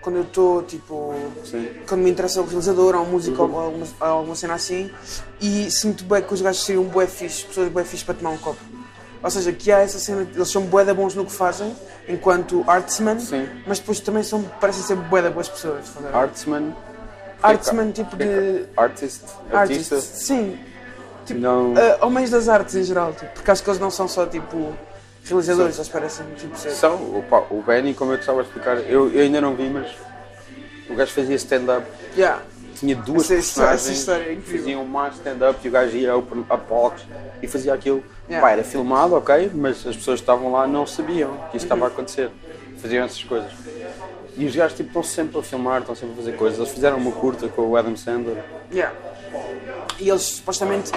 B: quando eu estou tipo.
A: Sim.
B: Quando me interessa o realizador ou um músico ou alguma, ou alguma cena assim, e sinto bem que os gajos seriam bué fixe, pessoas bué fixe para tomar um copo. Ou seja, que há essa cena, eles são bué da bons no que fazem, enquanto artsmen,
A: Sim.
B: mas depois também são, parecem ser bué da boas pessoas. estás a ver?
A: Artsman.
B: Artsman, tipo
A: que é
B: de.
A: que- Artist.
B: Artist,
A: Artista.
B: sim, eh,
A: Não.
B: Ah, homens das artes em geral, tipo, porque acho que eles não são só tipo realizadores, eles parecem tipo ser.
A: São, o, pá, o Benny, como eu te estava a explicar, eu, eu ainda não vi, mas o gajo fazia stand-up.
B: Yeah.
A: Tinha duas
B: Essa história- essa
A: personagens
B: história é
A: que
B: incrível.
A: faziam mais stand-up e o gajo ia ao- a palcos e fazia aquilo.
B: Yeah.
A: Pá, era filmado, ok, mas as pessoas que estavam lá não sabiam que isso estava a acontecer. Faziam essas coisas. E os gajos tipo, estão sempre a filmar, estão sempre a fazer coisas. Eles fizeram uma curta com o Adam Sandler.
B: Yeah. E eles supostamente.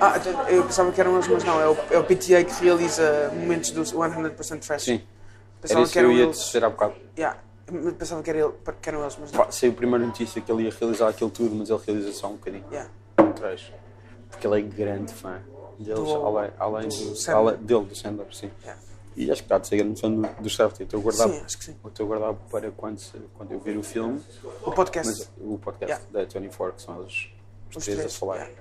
B: Ah, eu pensava que eram eles, mas não, é o, é o PTA que realiza momentos do 100% Fresh.
A: Sim. Era
B: Pensava
A: isso
B: que
A: que eu
B: eram
A: ia te
B: eles.
A: dizer há bocado.
B: Yeah. Eu Pensava que, era ele, que eram eles, mas não.
A: Pá, saiu a primeira notícia que ele ia realizar aquilo tudo, mas ele realiza só um bocadinho.
B: Yeah.
A: três. Porque ele é grande fã deles,
B: Do-
A: além, além
B: do
A: do,
B: stand-up.
A: além dele, do stand-up, sim.
B: Yeah.
A: E acho que está de ser grande fã do, do stand-up. Eu estou a guardar-
B: Sim, acho que sim.
A: eu estou a guardar para quando, se- quando eu vir o filme,
B: O podcast.
A: mas o podcast
B: Yeah.
A: da 24, que são eles os,
B: Os
A: três,
B: três,
A: a falar,
B: yeah.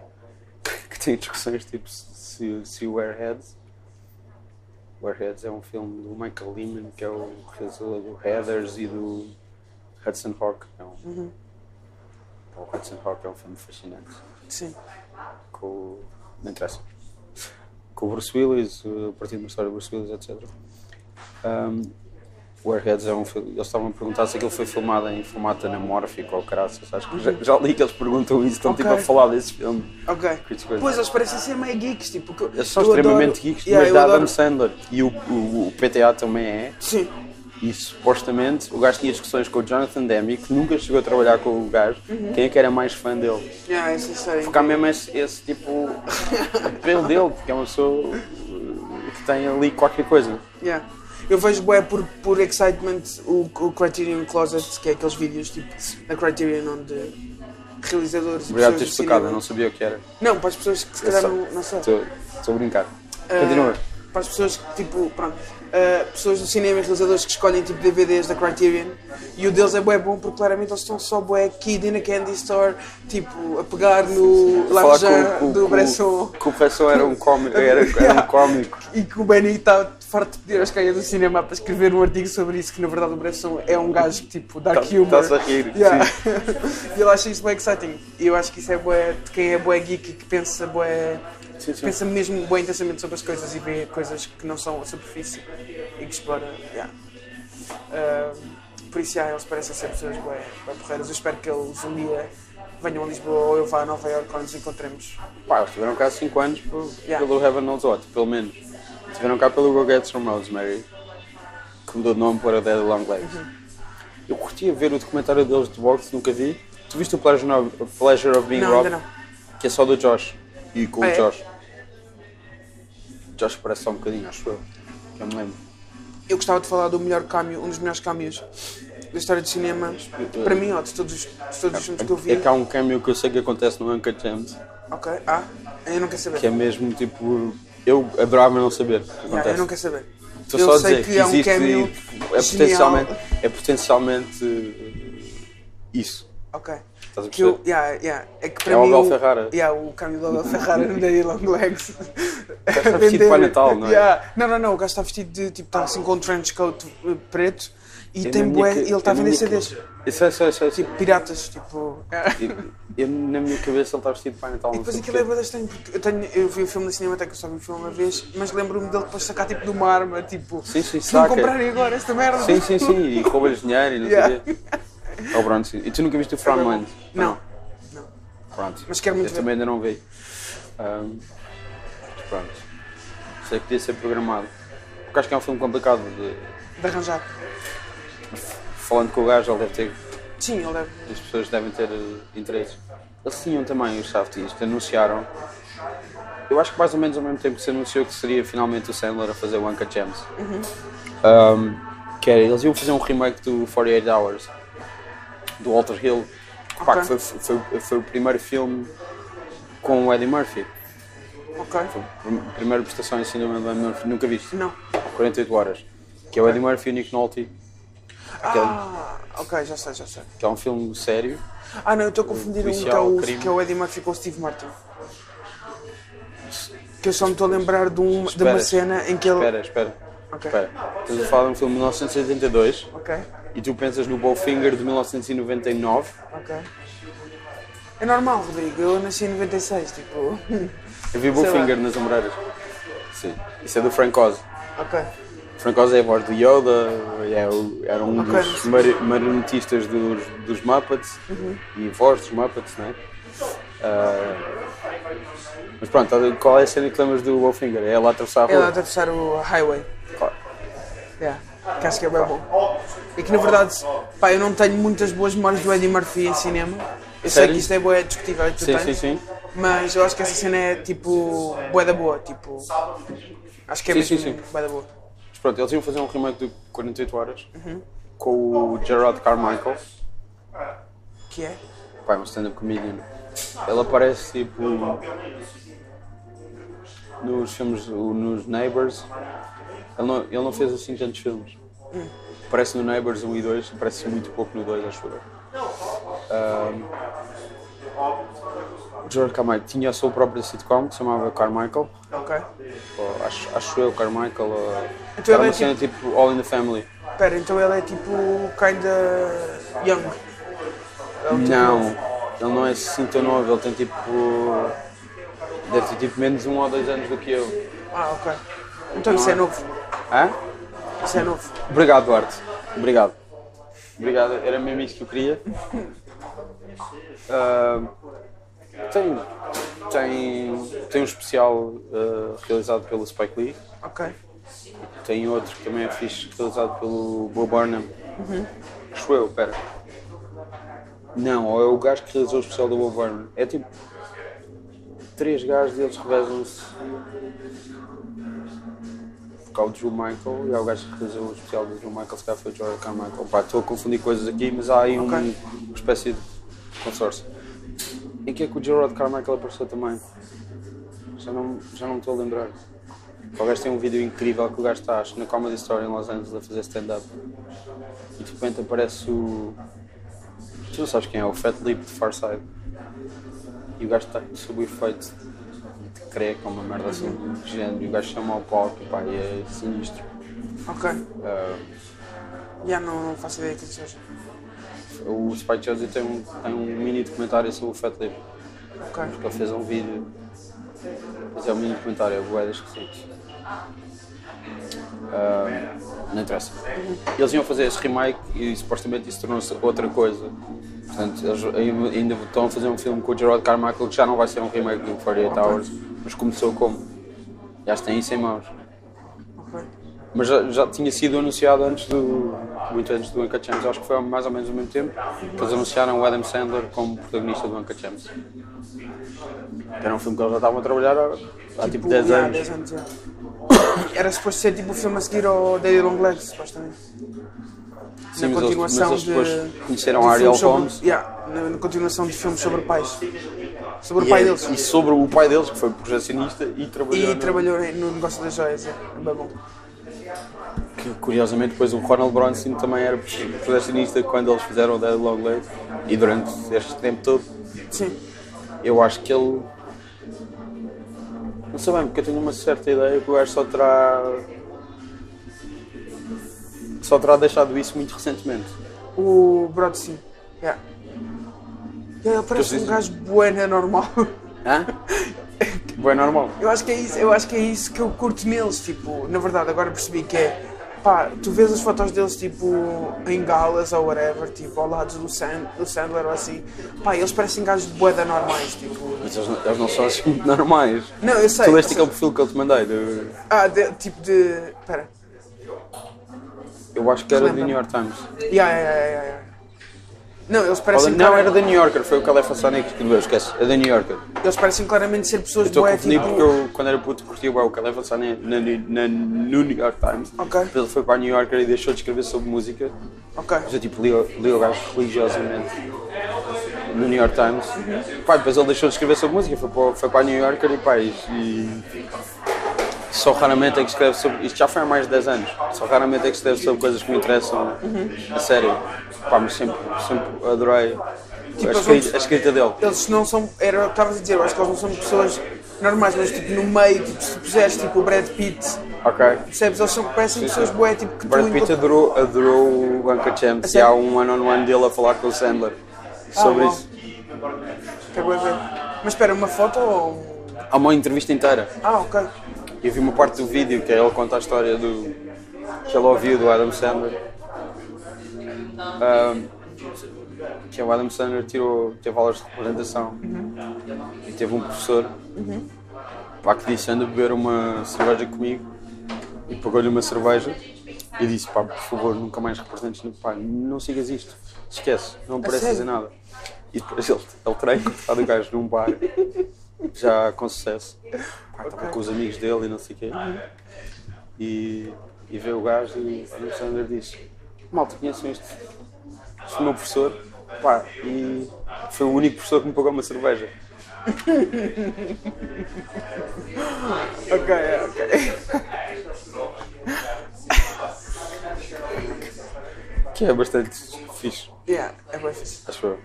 A: que têm discussões tipo se, se o Airheads. O Airheads é um filme do Michael Lehman, que é o realizador do Heathers e do Hudson Hawk. É um,
B: Uhum.
A: O Hudson Hawk é um filme fascinante
B: Sim.
A: com o- não interessa com o Bruce Willis eh, a partir de uma história do Bruce Willis etc um, o Airheads é um filme eles estavam a perguntar se aquilo foi filmado em formato anamórfico ou caraças acho que já, já li que eles perguntam isso estão
B: Ok.
A: tipo a falar desse filme
B: Ok.
A: Que coisa.
B: Pois eles parecem ser meio geeks, tipo. Que
A: eles são
B: eu adoro-
A: extremamente geeks
B: Yeah,
A: mas
B: eu
A: da Adam
B: adoro-
A: Sandler e o, o, o PTA também é
B: Sim.
A: e supostamente o gajo tinha discussões com o Jonathan Demme que nunca chegou a trabalhar com o gajo
B: Uhum.
A: quem é que era mais fã dele
B: Yeah, essa história. é
A: Porque há mesmo esse, esse tipo apelo dele, porque é uma pessoa uh, que tem ali qualquer coisa.
B: Yeah. Eu vejo bué por, por excitement o, o Criterion Closet, que é aqueles vídeos tipo da Criterion onde realizadores e
A: Obrigado por ter
B: pessoas do
A: explicado, eu
B: cinema-
A: não sabia o que era.
B: Não, para as pessoas que se calhar não, não sabem.
A: Estou estou a brincar. Continua.
B: Ah, para as pessoas que, tipo, pronto, ah, pessoas do cinema e realizadores que escolhem tipo DVDs da Criterion e o deles é bué bom porque claramente eles estão só bué kid in a candy store, tipo, a pegar no
A: Falar
B: Laranja
A: com- com-
B: do
A: com-
B: Bresson
A: Que o Bresson era um cómico. Era, era um
B: Yeah.
A: cómico.
B: e que o Benny está farto de pedir às canhas do cinema para escrever um artigo sobre isso, que na verdade o Bresson é um gajo que tipo dá
A: Tá-
B: humor.
A: tá-se a rir,
B: Yeah.
A: sim.
B: e ele acha isso bem exciting. E eu acho que isso é bué, de quem é bué geek e que pensa bué,
A: Sim, sim.
B: pensa mesmo bué intensamente sobre as coisas e vê coisas que não são a superfície e que explora. yeah. Ah, por isso, yeah, eles parecem ser pessoas bué, bué porreiras. Eu espero que eles um dia venham a Lisboa ou eu vá a Nova Iorque quando nos encontremos.
A: Pá, eles tiveram cá 5 anos por-
B: Yeah.
A: pelo Heaven Knows What, pelo menos. Tiveram cá pelo Go Gets From Rosemary, que mudou de nome para Dead Long Legs.
B: Uhum.
A: Eu curtia ver o documentário deles de boxe, nunca vi. Tu viste o Pleasure of, Pleasure of Being
B: Não,
A: Robbed?
B: ainda
A: Que é só do Josh. E com
B: Ah,
A: o
B: é?
A: Josh. Josh parece só um bocadinho, acho eu. Que eu me lembro.
B: Eu gostava de falar do melhor cameo, um dos melhores cameos da história do cinema. Para mim, ó, de todos os, de todos os filmes que eu vi.
A: É que há um cameo que eu sei que acontece no Uncut Gems,
B: Ok, ah, eu não quero saber.
A: que é mesmo tipo. Eu adorava não saber. o que
B: Ah, eu
A: acontece.
B: não quero saber.
A: Estou
B: eu
A: só a
B: sei
A: dizer
B: que há um
A: existe e
B: cameo.
A: é
B: genial.
A: potencialmente, é potencialmente eh, isso.
B: Ok.
A: Estás a
B: Que eu,
A: perceber?
B: yeah, yeah. É que para
A: É o
B: mim.
A: Abel Ferrara.
B: Yeah, o cameo do Abel Ferrara no Daily Long Legs.
A: está vestido para Natal, não é?
B: Yeah. Não, não, não. O gajo está vestido de tipo, está assim com um trench coat eh, preto e tem bué. E ele tá está a vender CDs.
A: Isso é, isso é, isso é.
B: Tipo, piratas, tipo. yeah.
A: Eu- eu, na minha cabeça ele está vestido de Pai Natal.
B: E
A: não
B: depois
A: sei
B: aquilo é
A: porquê.
B: bem estranho, porque eu, tenho, eu vi o filme na Cinemateca, eu só vi o filme uma vez, mas lembro-me dele depois sacar tipo de uma arma, tipo,
A: Sim, sim,
B: se não
A: saca.
B: comprarem agora esta merda.
A: Sim, sim, sim. E rouba-lhes dinheiro e não
B: Yeah.
A: sei o quê. Oh, pronto, sim. E tu nunca viste o Farmland?
B: Não, não.
A: Pronto.
B: Mas quero muito
A: Eu
B: ver.
A: também ainda não vi. Ahm, pronto. Sei que podia ser programado. Porque acho que é um filme complicado. de-
B: De arranjar.
A: falando com o gajo, ele deve ter
B: Sim, ele deve.
A: as pessoas devem ter eh, interesse. Eles tinham também os Safeties, anunciaram. Eu acho que mais ou menos ao mesmo tempo que se anunciou que seria finalmente o Sandler a fazer o Anka James.
B: Uhum.
A: Um, que era, eles iam fazer um remake do 48 Hours, do Walter Hill. que, Pá,
B: Ok.
A: que foi, foi- foi o primeiro filme com o Eddie Murphy.
B: Ok.
A: Prim- Primeira prestação em cinema do Eddie Murphy, nunca viste?
B: Não.
A: 48 Horas. Que é o Eddie Murphy e o Nick Nolte,
B: Ah, ok, já sei, já sei.
A: que é um filme sério.
B: Ah, não, eu estou a confundir um que é,
A: policial,
B: o,
A: crime.
B: que é o Eddie Murphy com o Steve Martin. Que eu só me estou a lembrar de, um, de uma
A: Espera.
B: cena em que ele.
A: Espera, espera.
B: Ok.
A: Espera. Estás a falar de um filme de 1982
B: Ok,
A: e tu pensas no Bowfinger de 1999.
B: ok. É normal, Rodrigo, eu nasci em 96, tipo.
A: Eu vi Bowfinger nas Ombreiras. Sim. Isso é do Frank Oz.
B: Ok.
A: Frank Oz é a voz do Yoda, é o- era um
B: Ok.
A: dos mar- marionetistas dos, dos Muppets e voz dos Muppets, não é? Ah, mas pronto, qual é a cena que lembras do Wolfinger? É ela atravessar a
B: É lá
A: rua?
B: de atravessar o highway.
A: Claro.
B: Yeah. Que acho que é bem bom. E que na verdade, pá, eu não tenho muitas boas memórias do Eddie Murphy em cinema. Eu sei
A: Sério?
B: que isto é boa, é discutível e tu
A: Sim,
B: tens.
A: sim, sim.
B: Mas eu acho que essa cena é tipo. boa da boa, tipo. Acho que é
A: Sim,
B: mesmo
A: sim, sim.
B: bué da boa.
A: Mas pronto, eles iam fazer um remake de 48 Horas com o Gerard Carmichael,
B: Que é?
A: pá, é um stand-up comedian. Ele aparece tipo nos filmes, o- nos Neighbors. Ele não, ele não fez assim tantos filmes. Aparece no Neighbors 1 e 2, aparece muito pouco no 2, acho eu. Ah, o Gerard Carmichael tinha a sua própria sitcom que se chamava Carmichael.
B: Ok.
A: Ou acho, acho eu, Carmichael. Ou...
B: Então
A: Era
B: ele é
A: uma cena tipo All in the Family.
B: Pera, então ele é tipo. kinda. young.
A: Não, ele não é assim tão novo, ele tem tipo. Deve ter tipo menos um ou dois anos do que eu.
B: Ah, ok. Então isso é novo.
A: Hã?
B: Isso é novo.
A: Obrigado, Duarte. Obrigado. Obrigado, era mesmo isso que eu queria. Ah, tem, tem, tem um especial ah, realizado pelo Spike Lee,
B: Ok.
A: tem outro que também é fixe, realizado pelo Bo Burnham. Acho eu, pera. Não, ou é o gajo que realizou o especial do Bo Burnham. É tipo. Três gajos e eles revezam-se. Porque há o Drew Michael e há o gajo que realizou o especial do Drew Michael, se calhar foi o Jordan Carmichael. Pá, estou a confundir coisas aqui, mas há aí um-
B: Ok.
A: uma espécie de consórcio. Em que é que o Gerard Carmichael apareceu também? Já não, já não me estou a lembrar. O gajo tem um vídeo incrível que o gajo está, acho, na Comedy Story em Los Angeles a fazer stand-up. E de repente aparece o. Tu não sabes quem é, o Fat Lip de Farside. E o gajo está sob o efeito de creca, uma merda assim do género. E o gajo chama ao palco pá, e é sinistro.
B: Ok.
A: Ah,
B: Já não, não faço ideia que isso seja.
A: o Spike Jones tem um, tem um mini documentário sobre o Fat Lip.
B: Ok.
A: Porque ele fez um vídeo. Mas é um mini comentário, é bué de esquisito. Ah, não interessa. Eles iam fazer esse remake e supostamente isso tornou-se outra coisa. Portanto, eles ainda- ainda estão a fazer um filme com o Gerard Carmichael que já não vai ser um remake do 48 Hours, mas começou como? Já se tem isso em mãos.
B: Ok.
A: Mas já, já tinha sido anunciado antes do. muito antes do Uncut Gems, acho que foi mais ou menos ao mesmo tempo que eles anunciaram o Adam Sandler como protagonista do Uncut Gems. Era um filme que eles já estavam a trabalhar há, há tipo 10
B: já,
A: anos.
B: 10 anos já. Era suposto ser tipo o filme a seguir ao Daddy Long Legs, supostamente.
A: Sim,
B: na
A: mas eles- mas
B: continuação
A: eles depois
B: de.
A: conheceram
B: de
A: a Ariel
B: filmes sobre-
A: Holmes.
B: yeah, na, na continuação de filmes sobre pais. Sobre o
A: E,
B: pai
A: é-
B: deles.
A: e sobre o pai deles, que foi projecionista e trabalhou.
B: E
A: no-
B: trabalhou em- no negócio das joias, é. é bem bom.
A: que, curiosamente, depois o Ronald Bronson também era projecionista quando eles fizeram o Dead Long Legs e durante este tempo todo
B: Sim.
A: Eu acho que ele. Não sei bem, porque eu tenho uma certa ideia que o gajo só terá. Só terá deixado isso muito recentemente.
B: O Brod sim. Yeah. Yeah, ele parece um
A: dizem-
B: gajo bueno é normal.
A: Hã? Bem normal.
B: Eu acho que é isso, eu acho que é isso que eu curto neles, tipo, na verdade, agora percebi que é, pá, tu vês as fotos deles, tipo, em galas ou whatever, tipo, ao lado do, Sand, do Sandler ou assim, pá, eles parecem gajos de boeda normais, tipo,
A: Mas eles, não- eles não são assim muito normais.
B: Não, eu sei,
A: Tu leste
B: eu sei.
A: aquele perfil que eu te mandei. do-
B: ah, de- tipo de, pera,
A: Eu acho que era do
B: Lembra-me.
A: New York Times.
B: yeah, yeah, yeah, yeah, yeah. não, eles
A: Olha,
B: parecem,
A: não,
B: clara-
A: era da New Yorker, foi o Calefa Sonic que escreveu, esquece. É da New Yorker.
B: eles parecem claramente ser pessoas
A: Estou a
B: boé,
A: confundir
B: tipo,
A: porque eu, quando era puto, curtia bué o Calefa Sonic na, na, no New York Times.
B: Ok.
A: Depois ele foi para a New Yorker e deixou de escrever sobre música.
B: ok,
A: Mas eu tipo li, li o gajo religiosamente no New York Times. Pá, depois ele deixou de escrever sobre música, foi para, foi para a New Yorker e pá, e- e só raramente é que escreve sobre. Isto já foi há mais de 10 anos. Só raramente é que escreve sobre coisas que me interessam a sério. Pá, mas sempre, sempre adorei a,
B: eles
A: escrita,
B: vão-
A: a escrita dele.
B: eles não são, era o que estavas a dizer, eu acho que eles não são pessoas normais, mas tipo, no meio, tipo, se tu puseres, tipo, o Brad Pitt...
A: Ok.
B: Percebes? Eles são, parecem pessoas boé, tipo que
A: Brad
B: tu
A: Pitt é
B: encontras-
A: adorou, adorou o Uncut Gems e
B: sério? Ah,
A: há um one-on-one dele a falar com o Sandler sobre
B: bom.
A: isso.
B: Quero bué ver. Mas espera, uma foto ou. um-
A: Há uma entrevista inteira.
B: Ah, ok.
A: E eu vi uma parte do vídeo que é ele conta a história do que ele ouviu do Adam Sandler. Ahm, que é o Adam Sandler tirou, teve aulas de representação e teve um professor pá, que disse anda a beber uma cerveja comigo e pagou-lhe uma cerveja e disse pá, por favor, nunca mais representes, pá, não sigas isto, esquece, não apareces em
B: sério?
A: nada. E depois ele, ele terá encontrado o gajo num bar, já com sucesso, Pá, estava com os amigos dele e não sei o quê, e, e vê o gajo e o Adam Sandler diz, malta, conhecem este este meu professor, pá, e foi o único professor que me pagou uma cerveja.
B: Ok, ok.
A: Que é bastante fixe,
B: Yeah, é bem fixe.
A: acho eu.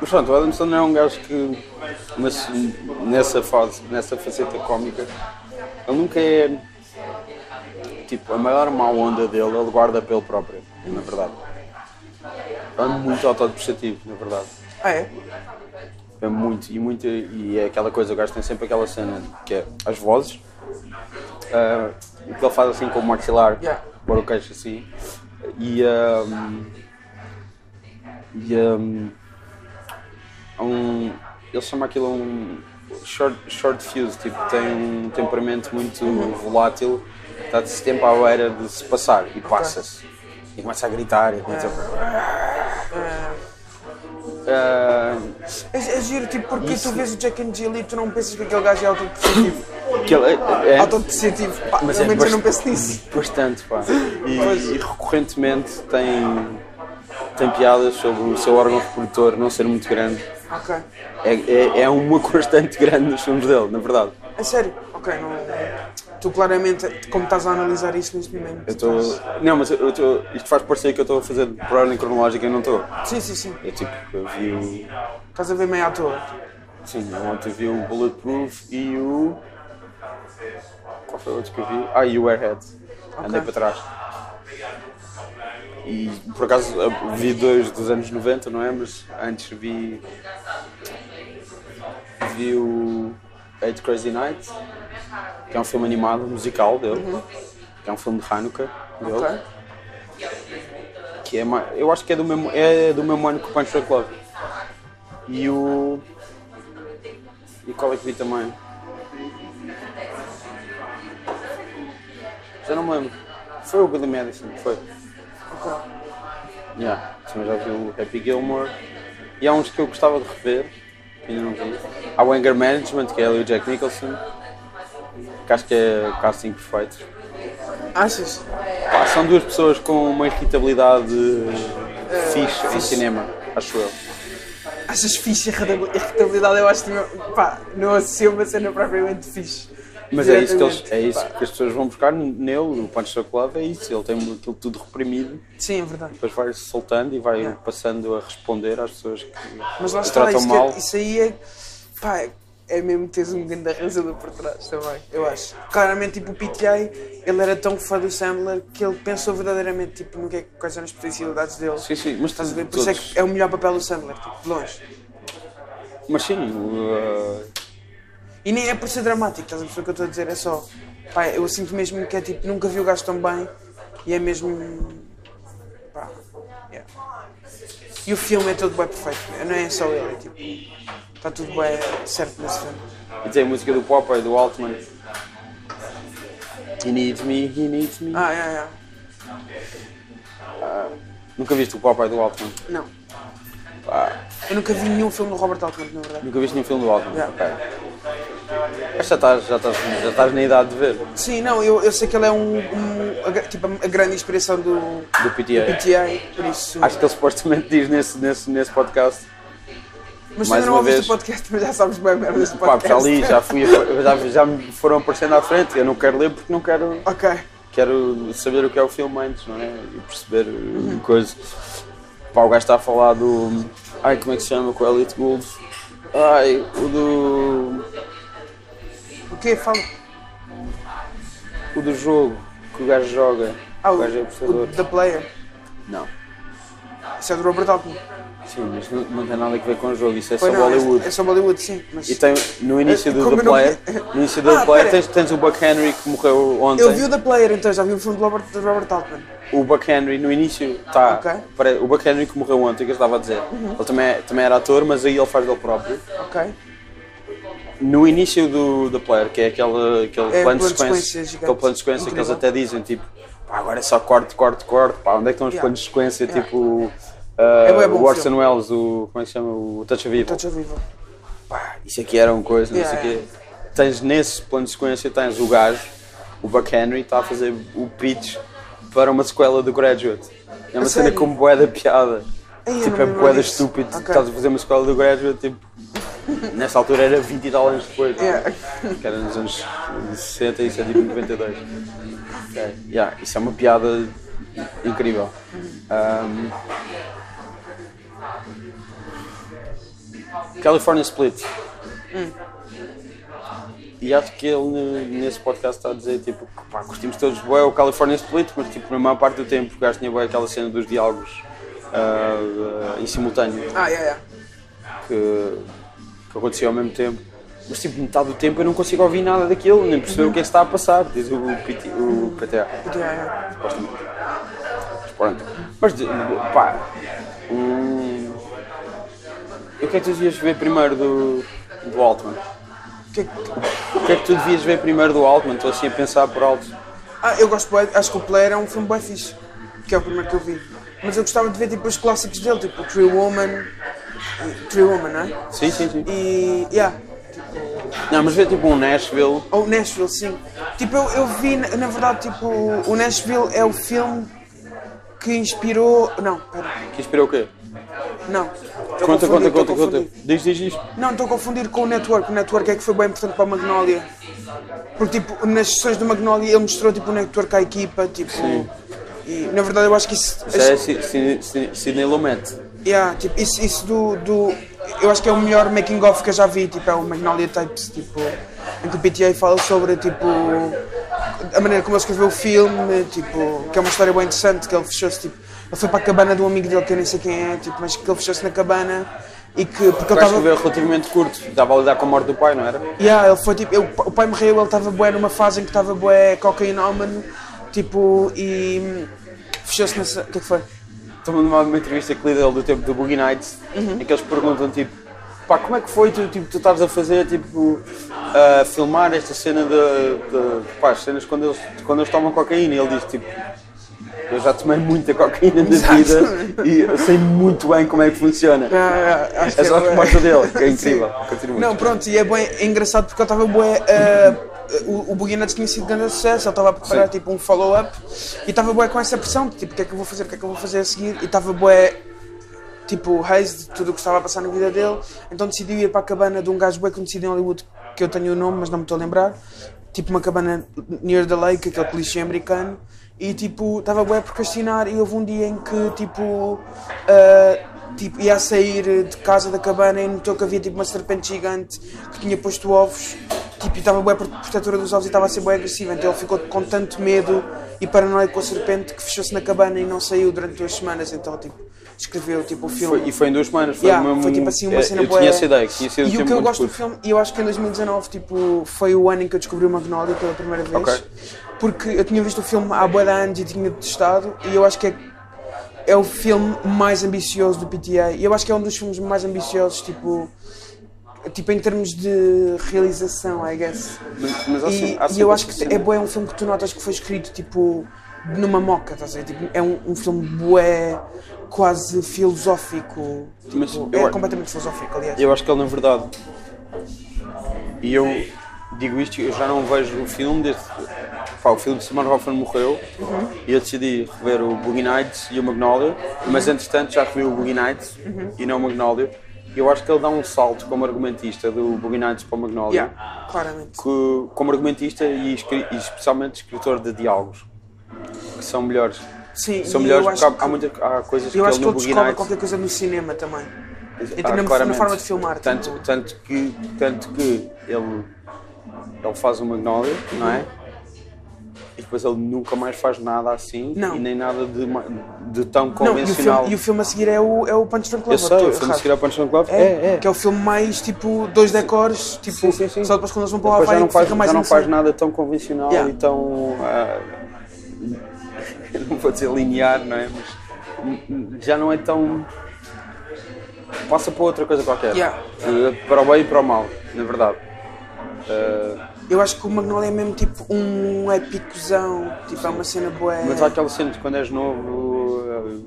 A: Mas pronto, o Adam Sandler é um gajo que mas, nessa fase, nessa faceta cómica, ele nunca é. Tipo, a maior má onda dele, ele guarda pelo próprio, na verdade. É muito autodepreciativo, na verdade.
B: Ah, é?
A: É muito, e muito, e é aquela coisa, o gajo tem sempre aquela cena que é as vozes, ah, o que ele faz assim com o maxilar,
B: Yeah.
A: pôr o queixo assim, e, ahm, e ahm, há um, ele chama aquilo um short, short fuse, tipo, tem um temperamento muito volátil, está-se sempre à beira de se passar, e passa-se, e começa a gritar, e começa a... Ah,
B: É, é giro, tipo, porque tu vês o Jack and Jill e tu não pensas que aquele gajo é autodepreciativo.
A: que ele é- é-
B: autodepreciativo. Pá,
A: Mas é
B: realmente eu não
A: bast-
B: penso nisso.
A: Bastante, pá. E, e recorrentemente tem, tem piadas sobre o seu órgão reprodutor não ser muito grande.
B: Ok.
A: É, é, é uma constante grande nos filmes dele, na verdade.
B: É sério? Ok, não. Tu claramente, como estás a analisar isso neste momento.
A: Eu estou. Não, mas eu eu estou. Isto faz parecer que eu estou a fazer por ordem cronológica e não estou.
B: Sim, sim, sim.
A: É tipo, eu vi o.
B: Estás a ver meio à toa.
A: Sim, eu ontem vi o Bulletproof e o. Qual foi o outro que eu vi? Ah, e o Airhead. Andei para
B: Ok.
A: trás. E por acaso eh, vi dois dos anos 90, não é? Mas antes vi. Vi o Eight Crazy Nights, que é um filme animado, musical dele, que é um filme de Hanukkah dele.
B: Uhum. Ok.
A: Que é, ma- eu acho que é do mesmo, é do mesmo ano que o Punch Drunk Love. E o. E qual é que vi também? Já não me lembro. Foi o Billy Madison, foi.
B: Ok.
A: Yeah. Também já vi o Happy Gilmore. E há uns que eu gostava de rever, que ainda não vi. Há o Anger Management, que é ali o Jack Nicholson, que acho que é o casting perfeito.
B: Achas?
A: Pá, são duas pessoas com uma irritabilidade fixe em cinema, acho eu.
B: Achas fixe irritabil- irritabilidade? Eu acho que não, pá, não associo uma cena propriamente fixe.
A: Mas é isso, que, eles-
B: Diretamente.
A: é isso
B: Pá,
A: que as pessoas vão buscar nele, no Punch Drunk Love, é isso. Ele tem aquilo tudo reprimido,
B: Sim, é verdade.
A: depois vai se soltando e vai
B: Yeah.
A: passando a responder às pessoas que
B: Mas lá
A: o
B: está,
A: tratam
B: isso, que-
A: mal.
B: isso aí é. Pá, é- é mesmo teres um grande arrasador por trás também, eu acho. Claramente, tipo, o PTA, ele era tão fã do Sandler que ele pensou verdadeiramente, tipo, no que é, que- quais eram as potencialidades dele.
A: Sim, sim, mas
B: Estás a ver? Por
A: todos.
B: isso é que é o melhor papel do Sandler, tipo, de longe.
A: Mas sim, o, uh,
B: E nem é por ser dramático, estás a perceber o que eu estou a dizer? É só. Pá, eu sinto mesmo que é tipo, nunca vi o gajo tão bem e é mesmo. Pá. yeah. E o filme é todo bem perfeito, não é só ele, é tipo. Está tudo bem certo nesse filme.
A: e tem a música do Popeye, do Altman. He needs me, he needs me.
B: Ah, é, é.
A: Nunca viste o Popeye do Altman?
B: Não. Eu nunca vi nenhum filme do Robert Altman, na verdade.
A: Nunca viste nenhum filme do Altman?
B: Yeah.
A: Ok. Mas já estás, já, estás, já estás na idade de ver, do
B: Sim, não, eu, eu sei que ele é um. um- a, gra- tipo, a grande inspiração do
A: PTA.
B: PTA, por isso.
A: Acho que ele supostamente diz nesse, nesse, nesse podcast. mais
B: Mas tu ainda não
A: uma
B: ouviste
A: vez-
B: o podcast, mas já sabes bem merda deste
A: Pá,
B: podcast.
A: já li, já fui, já, já me foram aparecendo à frente. Eu não quero ler porque não quero,
B: Ok.
A: quero saber o que é o filme antes, não é? E perceber
B: Uhum.
A: uh, coisa. Pá, o gajo está a falar do. Ai, como é que se chama? Com o Elliot Gould. Ai, o do.
B: O quê? Fala.
A: O do jogo que o gajo joga.
B: Ah,
A: o
B: o,
A: gajo é apostador.
B: o The Player.
A: Não.
B: Isso é do Robert Altman.
A: Sim, mas não, não tem nada a ver com o jogo, isso é
B: Pois
A: só
B: não,
A: Bollywood.
B: É, é só Bollywood, sim. Mas
A: E tem, no início
B: Eh,
A: do
B: como
A: The
B: eu não
A: Player,
B: vi-
A: no início do
B: Ah,
A: The Player
B: espera.
A: tens, tens o Buck Henry que morreu ontem.
B: eu vi o da Player, então já vi o filme do Robert, do Robert Altman.
A: O Buck Henry no início está.
B: Ok.
A: O Buck Henry que morreu ontem, que eu estava a dizer. Ele também, é- também era ator, mas aí ele faz dele próprio.
B: Ok. então
A: No início do The Player, que é aquele, aquele plano de
B: É, plano de
A: sequência,
B: sequência gigante.
A: aquele plano de sequência que eles
B: Incrível.
A: até dizem tipo, pá, agora é só corte, corte, corte, pá, onde é que estão os
B: Yeah.
A: planos de sequência?
B: Yeah.
A: Tipo ah,
B: É bué bom
A: o
B: o
A: Orson
B: filme.
A: Welles, o. como é que se chama? O Touch of Evil.
B: Touch of Evil.
A: Pá, isso aqui era uma coisa, não
B: Yeah,
A: sei o quê. Tens nesse plano de sequência, tens o gajo, o Buck Henry, está a fazer o pitch para uma sequela do Graduate. É uma
B: A
A: cena
B: sério?
A: como bué da piada.
B: Ai, eu
A: tipo,
B: não
A: é
B: me
A: bué da
B: lembro disso.
A: estúpido,
B: Ok.
A: estás a fazer uma sequela do Graduate, tipo... Nessa altura era 20 e tal anos depois, é?
B: Yeah.
A: que era nos anos 60 e isso é tipo 92. Ok, yeah, isso é uma piada incrível. Um, California Split. E acho que ele ne- nesse podcast está a dizer tipo, que, pá, curtimos todos bué o California Split, mas tipo, na maior parte do tempo o gajo tinha bué aquela cena dos diálogos ah, ah, em simultâneo
B: Ah, yeah, yeah.
A: que, que acontecia ao mesmo tempo. Mas tipo, metade do tempo eu não consigo ouvir nada daquilo, nem perceber o que é que está a passar, diz o, PT, o PTA,
B: Então, Yeah, yeah.
A: supostamente. Mas pronto. Mas de- pá. hum, o que é que tu devias ver primeiro do, do Altman?
B: Que é que-
A: O que é que tu devias ver primeiro do Altman? Estou assim a pensar por alto.
B: Ah, eu gosto bué- acho que o Player é um filme bem fixe, que é o primeiro que eu vi. Mas eu gostava de ver tipo os clássicos dele, tipo o Tree Woman, eh, Tree Woman, não é?
A: Sim, sim, sim.
B: E, yeah,
A: Não, mas ver tipo um Nashville.
B: ou Nashville, sim. Tipo, eu, eu vi, na na verdade, tipo, o Nashville é o filme que inspirou... Não, pera,
A: Que inspirou o quê?
B: não. Tô
A: Conta,
B: a
A: conta,
B: confundir, tô a
A: conta, conta.
B: confundir.
A: Diz, diz, diz.
B: Não, estou a confundir com o Network. O Network é que foi bem importante para a Magnolia. Porque, tipo, nas sessões do Magnolia ele mostrou, tipo, o Network à equipa, tipo...
A: Sim.
B: E, na verdade, eu acho que isso...
A: Isso é Sidney- Sidney Sidney Lumet.
B: Yeah, tipo, isso, isso do, do. Eu acho que é o melhor making of que eu já vi, tipo, é o Magnolia Tapes, tipo, em que o PTA fala sobre tipo a maneira como ele escreveu o filme, tipo, que é uma história bem interessante, que ele fechou-se tipo. Ele foi para a cabana de um amigo dele que eu nem sei quem é, tipo, mas que ele fechou-se na cabana e que porque
A: O
B: ele
A: gajo
B: estava.
A: escreveu relativamente curto, estava a lidar com a morte do pai, não era?
B: Yeah, ele foi tipo. eu- o pai morreu, ele estava bué numa fase em que estava bué cocainómano, tipo, e hum, fechou-se nessa. O que é que foi?
A: Estou-me numa uma entrevista que li dele do tempo do Boogie Nights,
B: Uhum.
A: em que eles perguntam tipo, pá, como é que foi tu, tipo, tu estás a fazer, tipo, a filmar esta cena de, de pá, as cenas quando eles, quando eles tomam cocaína? E ele diz tipo, eu já tomei muita cocaína na
B: Exato.
A: vida e eu sei muito bem como é que funciona.
B: Ah, ah, acho
A: É só a
B: bué.
A: resposta dele, que é
B: Sim.
A: incrível. Continua.
B: Não, pronto, e é, bué- é engraçado porque eu estava bué. ah, o, o Boogie Nuts tinha sido grande sucesso, ele estava a preparar
A: Sim.
B: tipo um follow-up e estava bué com essa pressão de tipo, o que é que eu vou fazer, o que é que eu vou fazer a seguir, e estava bué. Tipo, haze de tudo o que estava a passar na vida dele, então decidiu ir para a cabana de um gajo bué conhecido em Hollywood, que eu tenho o nome, mas não me estou a lembrar, tipo uma cabana near the lake, aquele clichê americano, e tipo, estava bué a procrastinar e houve um dia em que tipo, ah, tipo, ia a sair de casa da cabana e notou que havia tipo uma serpente gigante que tinha posto ovos, tipo, e estava bué pro- protetora dos ovos e estava a ser bué agressiva, então ele ficou com tanto medo e paranoia com a serpente que fechou-se na cabana e não saiu durante duas semanas, então tipo, escreveu tipo o filme.
A: Foi- e foi em duas semanas, foi,
B: Yeah,
A: mesmo-
B: foi tipo assim
A: é,
B: uma cena
A: Eu
B: bué-
A: tinha essa ideia, que tinha sido um
B: E o
A: tempo
B: que eu
A: muito
B: gosto do
A: curto.
B: filme, e eu acho que em 2019 tipo, foi o ano em que eu descobri o Magnolia pela primeira vez.
A: Ok.
B: Porque eu tinha visto o filme há boa de anos e tinha testado, e eu acho que é, é o filme mais ambicioso do PTA. E eu acho que é um dos filmes mais ambiciosos, tipo, tipo em termos de realização, I guess.
A: Mas, mas há
B: E,
A: sempre- há
B: e
A: sempre
B: eu
A: essa
B: acho que
A: cena.
B: é bué um filme que tu notas que foi escrito tipo numa moca, estás a ver? Tipo, é um, um filme bué quase filosófico. Tipo,
A: Mas eu-
B: é completamente filosófico, aliás.
A: Eu acho que ele, na verdade. E eu digo isto, eu já não vejo o filme desde. Pá, o filme de Simon Hoffman morreu e eu decidi rever o Boogie Nights e o Magnolia, mas entretanto já revi o Boogie Nights e não o Magnolia. E eu acho que ele dá um salto como argumentista do Boogie Nights para o Magnolia,
B: Yeah, claramente.
A: que, como argumentista e, escri- e especialmente escritor de diálogos, que são melhores.
B: Sim,
A: São
B: e
A: melhores
B: eu
A: porque
B: acho
A: há,
B: que,
A: há, muita, há coisas que
B: eu
A: ele
B: acho que
A: no
B: ele
A: Boogie
B: descobre
A: Nights.
B: qualquer coisa no cinema também. E
A: Ah,
B: na, na
A: claramente. né?
B: forma de filmar.
A: Tanto,
B: tipo,
A: tanto, que, tanto que ele, ele faz o Magnolia, não é? E depois ele nunca mais faz nada assim
B: Não.
A: e nem nada de, ma- de tão
B: Não, e o,
A: convencional.
B: filme, e o filme a seguir é o, é o Punch Drunk Love.
A: eu sei,
B: estou
A: o filme
B: errado.
A: a seguir ao Punch Drunk Love é,
B: É,
A: é.
B: que é o filme mais tipo dois decores, tipo,
A: Sim, sim, sim.
B: só depois quando eles vão para lá
A: Depois
B: vai
A: já não faz,
B: fica mais um
A: já não faz
B: interessante.
A: nada tão convencional
B: Yeah.
A: e tão. ah, não vou dizer linear, não é? Mas hum, já não é tão. Passa para outra coisa qualquer.
B: Yeah.
A: Eh, Para o bem e para o mal, na verdade.
B: Eu acho que o Magnolia é mesmo tipo um épicozão, tipo é uma cena boa.
A: Mas há aquela cena de quando és novo.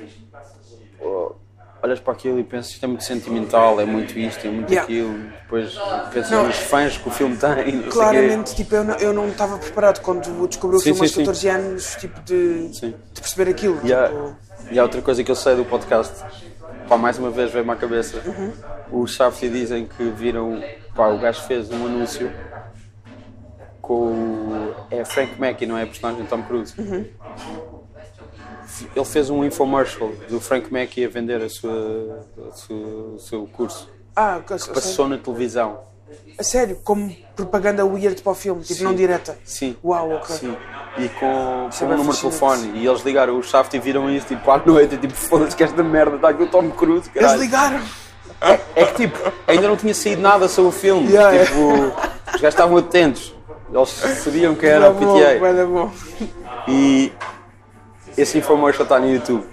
A: eh, oh, Olhas para aquilo e pensas isto é muito sentimental, é muito isto, é muito
B: Yeah.
A: aquilo. Depois pensas
B: Não.
A: nos fãs que o filme tem. não sei o quê.
B: Claramente, tipo, eu não, eu não estava preparado quando descobri o
A: Sim,
B: filme aos
A: sim, sim.
B: 14 anos, tipo, de,
A: Sim.
B: de perceber aquilo.
A: E há,
B: tipo,
A: e há outra coisa que eu sei do podcast, pá, mais uma vez veio-me à cabeça.
B: Uhum.
A: Os Shafi dizem que viram, pá, o gajo fez um anúncio com o. É Frank Mackey, não é? A personagem de Tom Cruise.
B: Uhum.
A: F- Ele fez um infomercial do Frank Mackey a vender a sua, a sua- o seu curso.
B: ah, que, que
A: Passou na televisão.
B: a sério, como propaganda weird para o filme, tipo, não direta.
A: Sim.
B: Uau, ok.
A: Sim. E com,
B: Isso
A: com um
B: é bem
A: número de
B: fascinante.
A: telefone. E eles ligaram o shaft e viram isso tipo à noite. e, Tipo, foda-se que esta merda está aqui o Tom Cruise.
B: Eles
A: Caralho.
B: ligaram.
A: É que tipo, ainda não tinha saído nada sobre o filme.
B: Yeah,
A: tipo, os gajos estavam atentos. Eles sabiam que era
B: Era
A: o
B: bom,
A: PTA.
B: era bom.
A: E esse infomercial está no YouTube.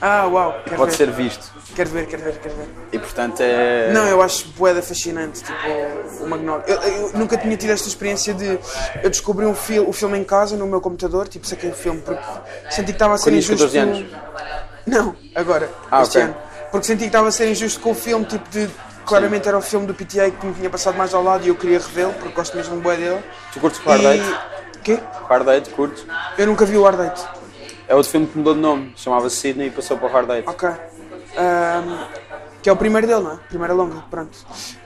B: Ah, uau, quero
A: Pode
B: ver.
A: ser visto.
B: Quero ver, quero ver, quero ver.
A: E portanto é.
B: Não, eu acho boeda fascinante, tipo, o Magnolia. Eu, eu nunca tinha tido esta experiência de. Eu descobri um fil- o filme em casa, no meu computador, tipo, saquei o filme, porque senti que estava a ser
A: Quando tinhas
B: injusto.
A: 14 anos?
B: Não, agora,
A: Ah,
B: este
A: ok.
B: ano. Porque senti que estava a ser injusto com o filme, tipo, de. Claramente era o filme do PTA que me tinha passado mais ao lado e eu queria revê-lo, porque gosto mesmo de boé dele.
A: Tu curtes Hard Eight?
B: E... Quê?
A: Hard Eight, curtes?
B: Eu nunca vi o Hard Eight.
A: É outro filme que mudou de nome. Chamava-se Sydney e passou para o Hard Eight.
B: Ok. Ahm, que é o primeiro dele, não é? Primeira longa, pronto.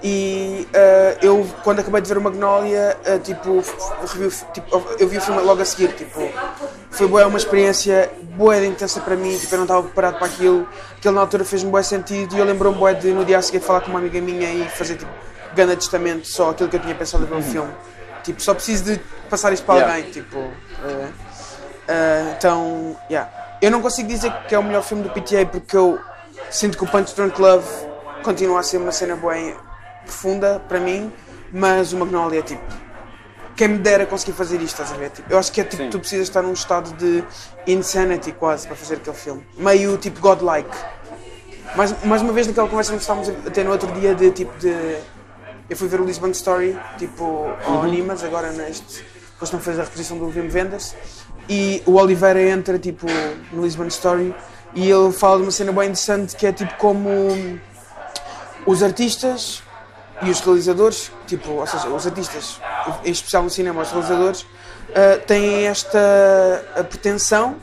B: E ah, eu, quando acabei de ver o Magnolia, ah, tipo, f- revi o fi- tipo, eu vi o filme logo a seguir, tipo, foi boa, uma experiência boa de intensa para mim, tipo, eu não estava preparado para aquilo, aquilo na altura fez-me boa sentido e eu lembro-me boa de no dia a seguir falar com uma amiga minha e fazer, tipo, ganda testamento, só aquilo que eu tinha pensado pelo filme. Tipo, só preciso de passar isto para
A: Yeah.
B: alguém, tipo... ah, Uh, então, yeah. Eu não consigo dizer que é o melhor filme do PTA porque eu sinto que o Punch Drunk Love continua a ser uma cena bem profunda para mim, mas o Magnolia é tipo. Quem me dera conseguir fazer isto, estás a ver? Tipo, eu acho que é tipo,
A: Sim.
B: tu precisas estar num estado de insanity quase para fazer aquele filme. Meio tipo godlike. Mais, mais uma vez naquela conversa que estávamos a ter no outro dia de tipo de. Eu fui ver o Lisbon Story, tipo, ao Animas, agora neste. Depois não fez a reposição do Wim Wenders. E o Oliveira entra, tipo, no Lisbon Story e ele fala de uma cena bem interessante que é tipo como os artistas e os realizadores, tipo, ou seja, os artistas, em especial no cinema, os realizadores, ah, têm esta a pretensão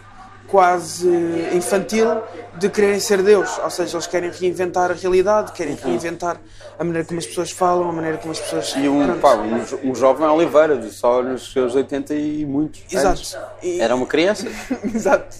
B: quase infantil de quererem ser Deus, ou seja, eles querem reinventar a realidade, querem
A: Uhum.
B: reinventar a maneira como as pessoas falam, a maneira como as pessoas.
A: E um,
B: Pronto.
A: pá, um, jo- um jovem Oliveira, de só nos seus 80 e muitos. anos.
B: Exato. E-
A: Era uma criança.
B: Exato.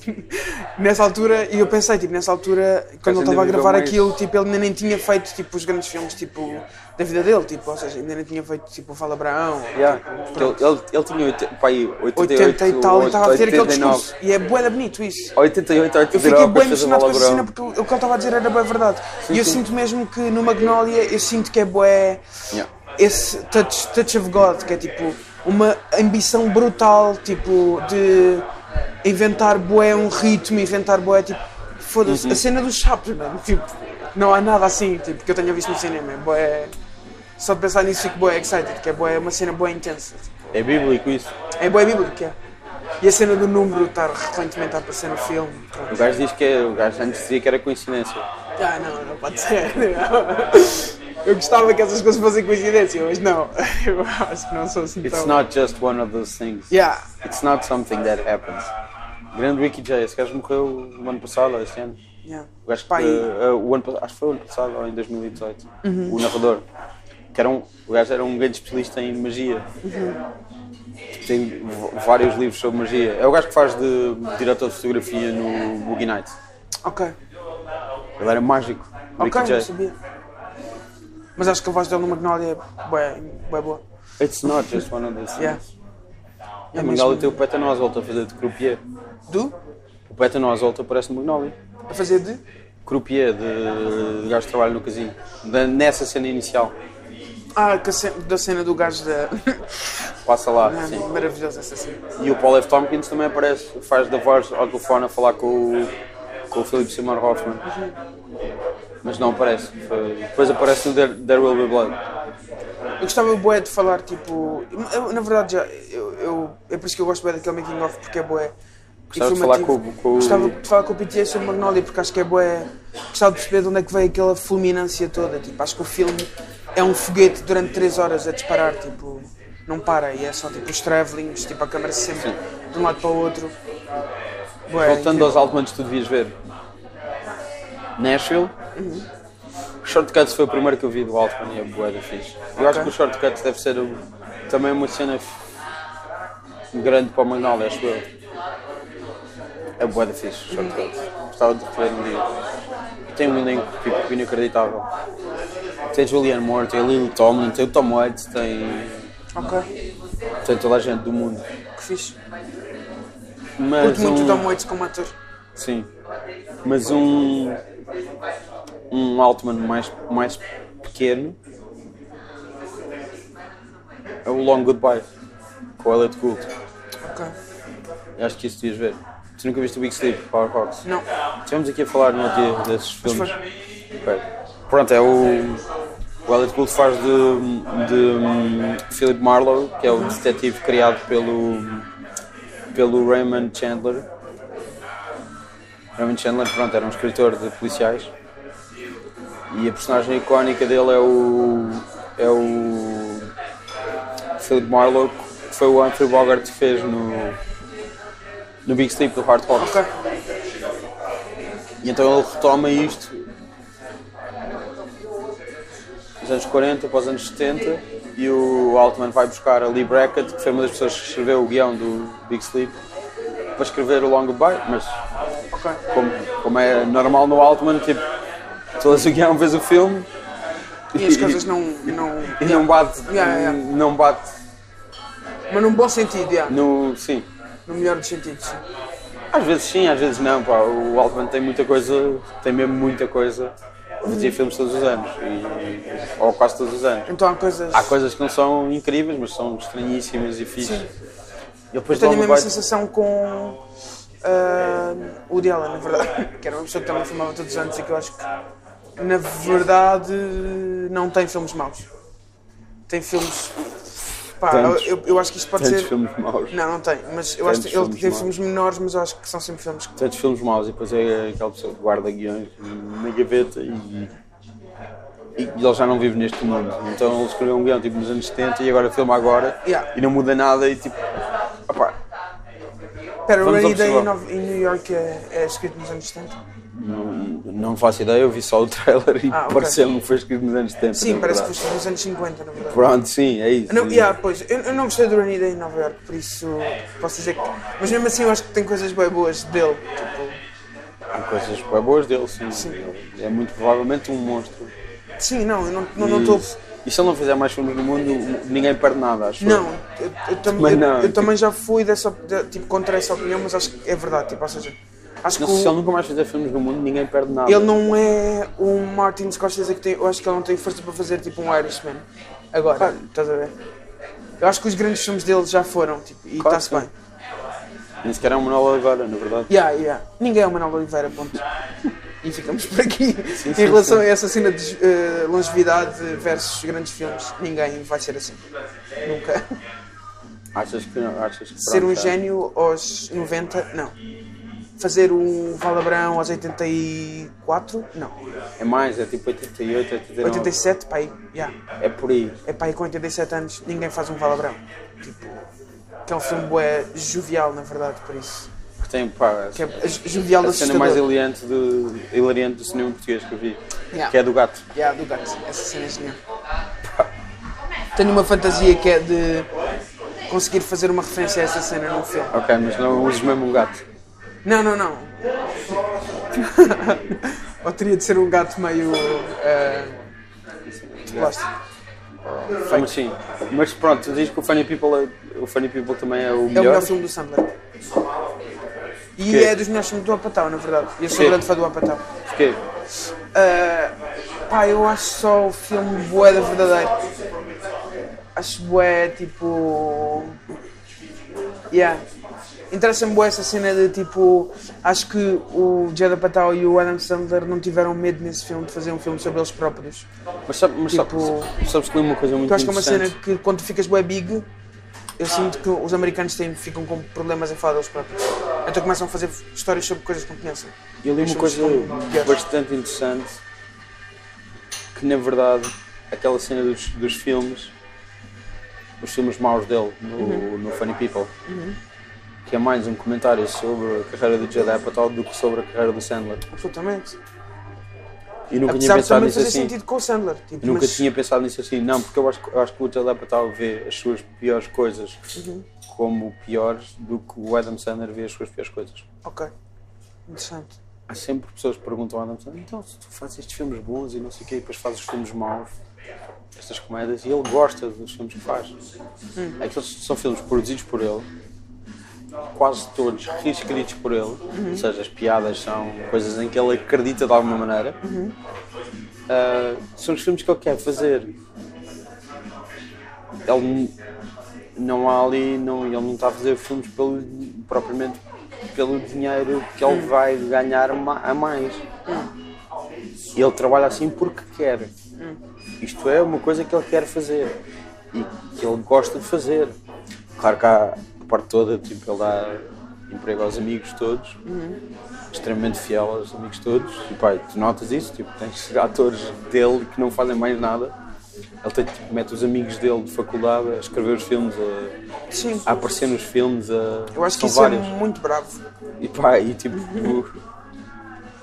B: Nessa altura, e eu pensei, tipo, nessa altura, quando ele
A: ainda
B: estava a
A: viveu
B: gravar
A: mais.
B: aquilo, tipo, ele ainda nem tinha feito, tipo, os grandes filmes, tipo, da vida dele, tipo, ou seja, ainda nem tinha feito, tipo, o Fala Abraão,
A: Yeah. Ele, ele, ele tinha oit- pá, aí, 88,
B: 80 e tal, e estava a ter aquele
A: 89.
B: discurso. E é bué da bonito isso.
A: 88,
B: Eu
A: 89,
B: fiquei
A: fez a
B: bem emocionado com essa cena
A: Valorant.
B: porque o o que ele estava a dizer era bem verdade. e eu
A: sim.
B: sinto mesmo que no Magnolia, eu sinto que é bué
A: Yeah.
B: esse touch, touch of God, que é tipo uma ambição brutal, tipo, de inventar bué um ritmo, inventar bué, tipo, foda-se,
A: Uhum.
B: a cena do Chaplin, mano, tipo, não há nada assim, tipo, que eu tenha visto no cinema, é bué... Só de pensar nisso fico bué excited, que é bué, uma cena bué intensa, tipo.
A: É bíblico isso.
B: É boa bíblica. E a cena do número estar recorrentemente a aparecer no filme.
A: O
B: pronto.
A: gajo diz que é, o gajo antes dizia que era coincidência.
B: Ah, não, não pode ser. Eu gostava que essas coisas fossem coincidência, mas não. Eu acho que não sou assim
A: It's
B: tão...
A: not just one of those things.
B: Yeah.
A: It's not something that happens. Grande Ricky J, esse gajo morreu no ano passado, ou este ano.
B: yeah.
A: O gajo que,
B: Pá, e-
A: eh, o ano, pa- acho que foi o ano passado, ou em 2018.
B: Uhum.
A: O narrador. Que era um, o gajo era um grande especialista em magia.
B: Uhum.
A: Tem v- vários livros sobre magia. É o gajo que faz de diretor de fotografia no Boogie Nights.
B: Ok,
A: Ele era mágico. Ricky
B: ok,
A: Jay.
B: não sabia. Mas acho que a voz dele no Magnolia é bué, bué boa.
A: It's not just one of those
B: Yeah. É
A: things. E a Magnólia tem um o Peta Oswalt a fazer de croupier.
B: Do?
A: O Peta Oswalt aparece no Magnólia.
B: A fazer de?
A: Croupier, de, de gajo que trabalha no casino. Da- nessa cena inicial.
B: Ah, que a ce- da cena do gajo da.
A: Passa lá,
B: Ah,
A: sim.
B: Maravilhosa essa cena.
A: E o Paul F. Tompkins também aparece, faz da voz ao telefone a falar com o, com o Philip Seymour Hoffman. Mas não aparece. Foi- Depois aparece no There, There Will Be Blood.
B: Eu gostava bué de falar, tipo... eu, na verdade, já, eu, eu- é por isso que eu gosto bué daquele making of, porque é bué
A: Gostava de falar
B: informativo.
A: com o- com o-
B: Gostava de falar com o PTS sobre Magnolia, porque acho que é bué... Gostava de perceber de onde é que veio aquela fulminância toda, tipo, acho que o filme é um foguete durante 3 horas a disparar, tipo... Não para, e é só tipo os travelings, tipo a câmera sempre de um lado para o outro. Bué,
A: Voltando
B: incrível.
A: aos Altmans, tu devias ver. Nashville.
B: Uhum.
A: Shortcuts foi o primeiro que eu vi do Altman e é bué da fixe. Eu acho que o Shortcuts deve ser o- também uma cena f- grande para o Magnolia, acho eu. É bué da fixe, Shortcuts. Gostava de rever um dia. Tem um elenco tipo, inacreditável. Tem Julianne Moore, tem a Lily Tomlin, tem o Tom Waits, tem,
B: Ok,
A: tem toda a gente do mundo.
B: que fixe.
A: Mas
B: Curto muito
A: um-
B: o Tom Waits como ator.
A: Sim. Mas um. Um Altman mais, mais pequeno. É o Long Goodbye. Com o Elliot Gould.
B: Ok.
A: Eu Acho que isso devias ver. Tu nunca viste o Big Sleep, Power Hawks?
B: Não.
A: Estivemos aqui a falar no outro dia desses filmes.
B: foi.
A: Ok. Pronto, é o. O Elliot Gould faz de, de hum, Philip Marlowe, que é o detetive criado pelo. pelo Raymond Chandler. Raymond Chandler, pronto, era um escritor de policiais. E a personagem icónica dele é o. é o. Philip Marlowe, que foi o Humphrey Bogart que fez no. no Big Sleep do Hard Hawks.
B: Ok.
A: E então ele retoma isto dos anos 40 para os anos 70 e o Altman vai buscar a Lee Brackett, que foi uma das pessoas que escreveu o guião do Big Sleep, para escrever o Long Goodbye, mas
B: Ok.
A: como, como é normal no Altman, tipo, todas o guião vês o filme
B: E as coisas não... não...
A: e não bate,
B: Yeah, yeah.
A: não bate
B: Mas num bom sentido, já.
A: no... sim.
B: No melhor dos sentidos, sim.
A: Às vezes sim, às vezes não, pá. O Altman tem muita coisa, tem mesmo muita coisa. Fazia filmes todos os anos, e- ou quase todos os anos.
B: Então há coisas.
A: Há coisas que não são incríveis, mas são estranhíssimas e fixes. E depois
B: Eu tenho a
A: logo
B: mesma
A: vai-
B: sensação com ah, o dela, na verdade. Que era uma pessoa que também filmava todos os anos e que eu acho que, na verdade, não tem filmes maus. Tem filmes. Pá,
A: Tantos.
B: Ah, eu, eu acho que isto pode
A: tantos
B: ser.
A: filmes maus.
B: Não, não tem, mas eu acho
A: Tantos
B: que ele
A: filmes
B: tem
A: maus.
B: filmes menores, mas eu acho que são sempre filmes que.
A: Tantos filmes maus, e depois é aquela pessoa que guarda guiões na gaveta e. E ele já não vive neste mundo. Então ele escreveu um guião tipo nos anos 70 e agora filma agora
B: Yeah.
A: e não muda nada e tipo. opá,
B: Pera,
A: Vamos
B: Rainy Day em,
A: observar.
B: Nova- em New York é, é escrito nos anos 70?
A: Não, não faço ideia, eu vi só o trailer e
B: Ah, ok.
A: pareceu-me que foi escrito nos anos 70.
B: Sim,
A: na
B: parece que foi
A: É verdade.
B: escrito nos anos 50, na verdade.
A: Pronto, sim, é isso.
B: Não,
A: E-
B: yeah, pois, eu, eu não gostei do Rainy Day em Nova York, por isso posso dizer que. Mas mesmo assim eu acho que tem coisas bem boas dele. Tipo,
A: Há coisas bem boas dele, sim. Ele é muito provavelmente um monstro.
B: sim, não, eu não estou.
A: Hum.
B: Não, não, tô-
A: E se ele não fizer mais filmes no mundo, ninguém perde nada, acho
B: não, eu, eu, tam-
A: Mas
B: eu-
A: não,
B: eu
A: tipo-
B: também já fui dessa, op- de- tipo, contra essa opinião, mas acho que é verdade. Tipo, ou seja, acho
A: eu.
B: que
A: Não, se ele
B: o-
A: nunca mais fizer filmes no mundo, ninguém perde nada.
B: ele não é um Martin Scorsese que tem. Eu acho que ele não tem força para fazer tipo um Irishman. Agora, estás a ver? Eu acho que os grandes filmes dele já foram, tipo, e
A: Claro
B: está-se
A: que sim.
B: bem.
A: Nem sequer é um monólogo agora, na verdade.
B: Yeah, yeah. Ninguém é o Manuel Oliveira, ponto. E ficamos por aqui. em
A: sim,
B: relação
A: sim.
B: a essa cena de eh, longevidade versus grandes filmes, ninguém vai ser assim. Nunca.
A: Achas que não? Achas que
B: ser um
A: pronto, é.
B: gênio aos 90, não. Fazer um Valabrão aos 84, não.
A: É mais, é tipo 88, 89.
B: 87, pá, aí, yeah.
A: É por aí.
B: é pá, aí com 87 anos ninguém faz um Valabrão. Tipo, que é um filme bué jovial, na verdade, por isso.
A: Que tem, pá,
B: Que é ju- jovial
A: a cena mais
B: assustador.
A: hilariante do, hilariante do cinema português que eu vi.
B: Yeah.
A: Que é do gato.
B: Yeah, do gato. Essa cena é genial. Tenho uma fantasia que é de conseguir fazer uma referência a essa cena num filme.
A: Ok, mas não uses mesmo um gato.
B: Não, não, não. Ou teria de ser um gato meio. eh, de plástico.
A: Como assim? Mas pronto, diz que o Funny People, é- o Funny People também é o
B: É o
A: melhor.
B: melhor filme do Sandler. E
A: Porquê?
B: é dos melhores filmes do Apatão, na verdade. Eu sou
A: Porquê?
B: grande fã do Apatão.
A: Porquê?
B: Uh, pá, eu acho só o filme bué da verdadeiro. Acho bué, tipo... Yeah. Interessa-me bué essa cena de, tipo... Acho que o Jada Patel e o Adam Sandler não tiveram medo nesse filme de fazer um filme sobre eles próprios.
A: Mas, sabe, mas sabe-
B: Tipo-
A: sabes que li uma coisa muito
B: Eu acho que é uma
A: interessante.
B: cena que quando tu ficas bué big, eu sinto que os americanos têm, ficam com problemas em falar deles próprios. Então começam a fazer histórias sobre coisas que não conhecem.
A: Eu li uma
B: Acho
A: coisa
B: que é um-
A: bastante interessante que na verdade aquela cena dos, dos filmes, os filmes maus dele no,
B: Uhum.
A: no Funny People, que é mais um comentário sobre a carreira do Jedi Apatow do que sobre a carreira do Sandler.
B: Absolutamente.
A: E nunca tinha
B: Apesar de
A: pensado
B: também
A: nisso
B: fazer
A: assim.
B: sentido com o Sandler. Tipo,
A: Eu Nunca
B: mas-
A: tinha pensado nisso assim, não, porque eu acho, que- eu acho que o Jedi Apatow vê as suas piores coisas
B: Uhum.
A: como piores do que o Adam Sandler vê as suas piores coisas.
B: Ok. Interessante.
A: Há sempre pessoas que perguntam ao Adam Sandler, então se tu fazes estes filmes bons e não sei o quê, e depois fazes os filmes maus, estas comédias, e ele gosta dos filmes que faz. Aqueles são filmes produzidos por ele, quase todos reescritos por ele, ou seja, as piadas são coisas em que ele acredita de alguma maneira. Ah, são os filmes que ele quer fazer. Ele n- não há ali, não, ele não está a fazer filmes pelo, propriamente pelo dinheiro que ele vai ganhar ma- a mais. Ele trabalha assim porque quer. Isto é uma coisa que ele quer fazer e que ele gosta de fazer. Claro que há a parte toda, tipo, ele dá emprego aos amigos todos, extremamente fiel aos amigos todos. E pai, tu notas isso? Tipo, tens atores dele que não fazem mais nada. Ele tem, tipo, mete os amigos dele de faculdade a escrever os filmes, a,
B: Sim.
A: a aparecer nos filmes. A,
B: Eu acho que
A: são
B: isso
A: vários.
B: é muito bravo.
A: E pá, e tipo. o-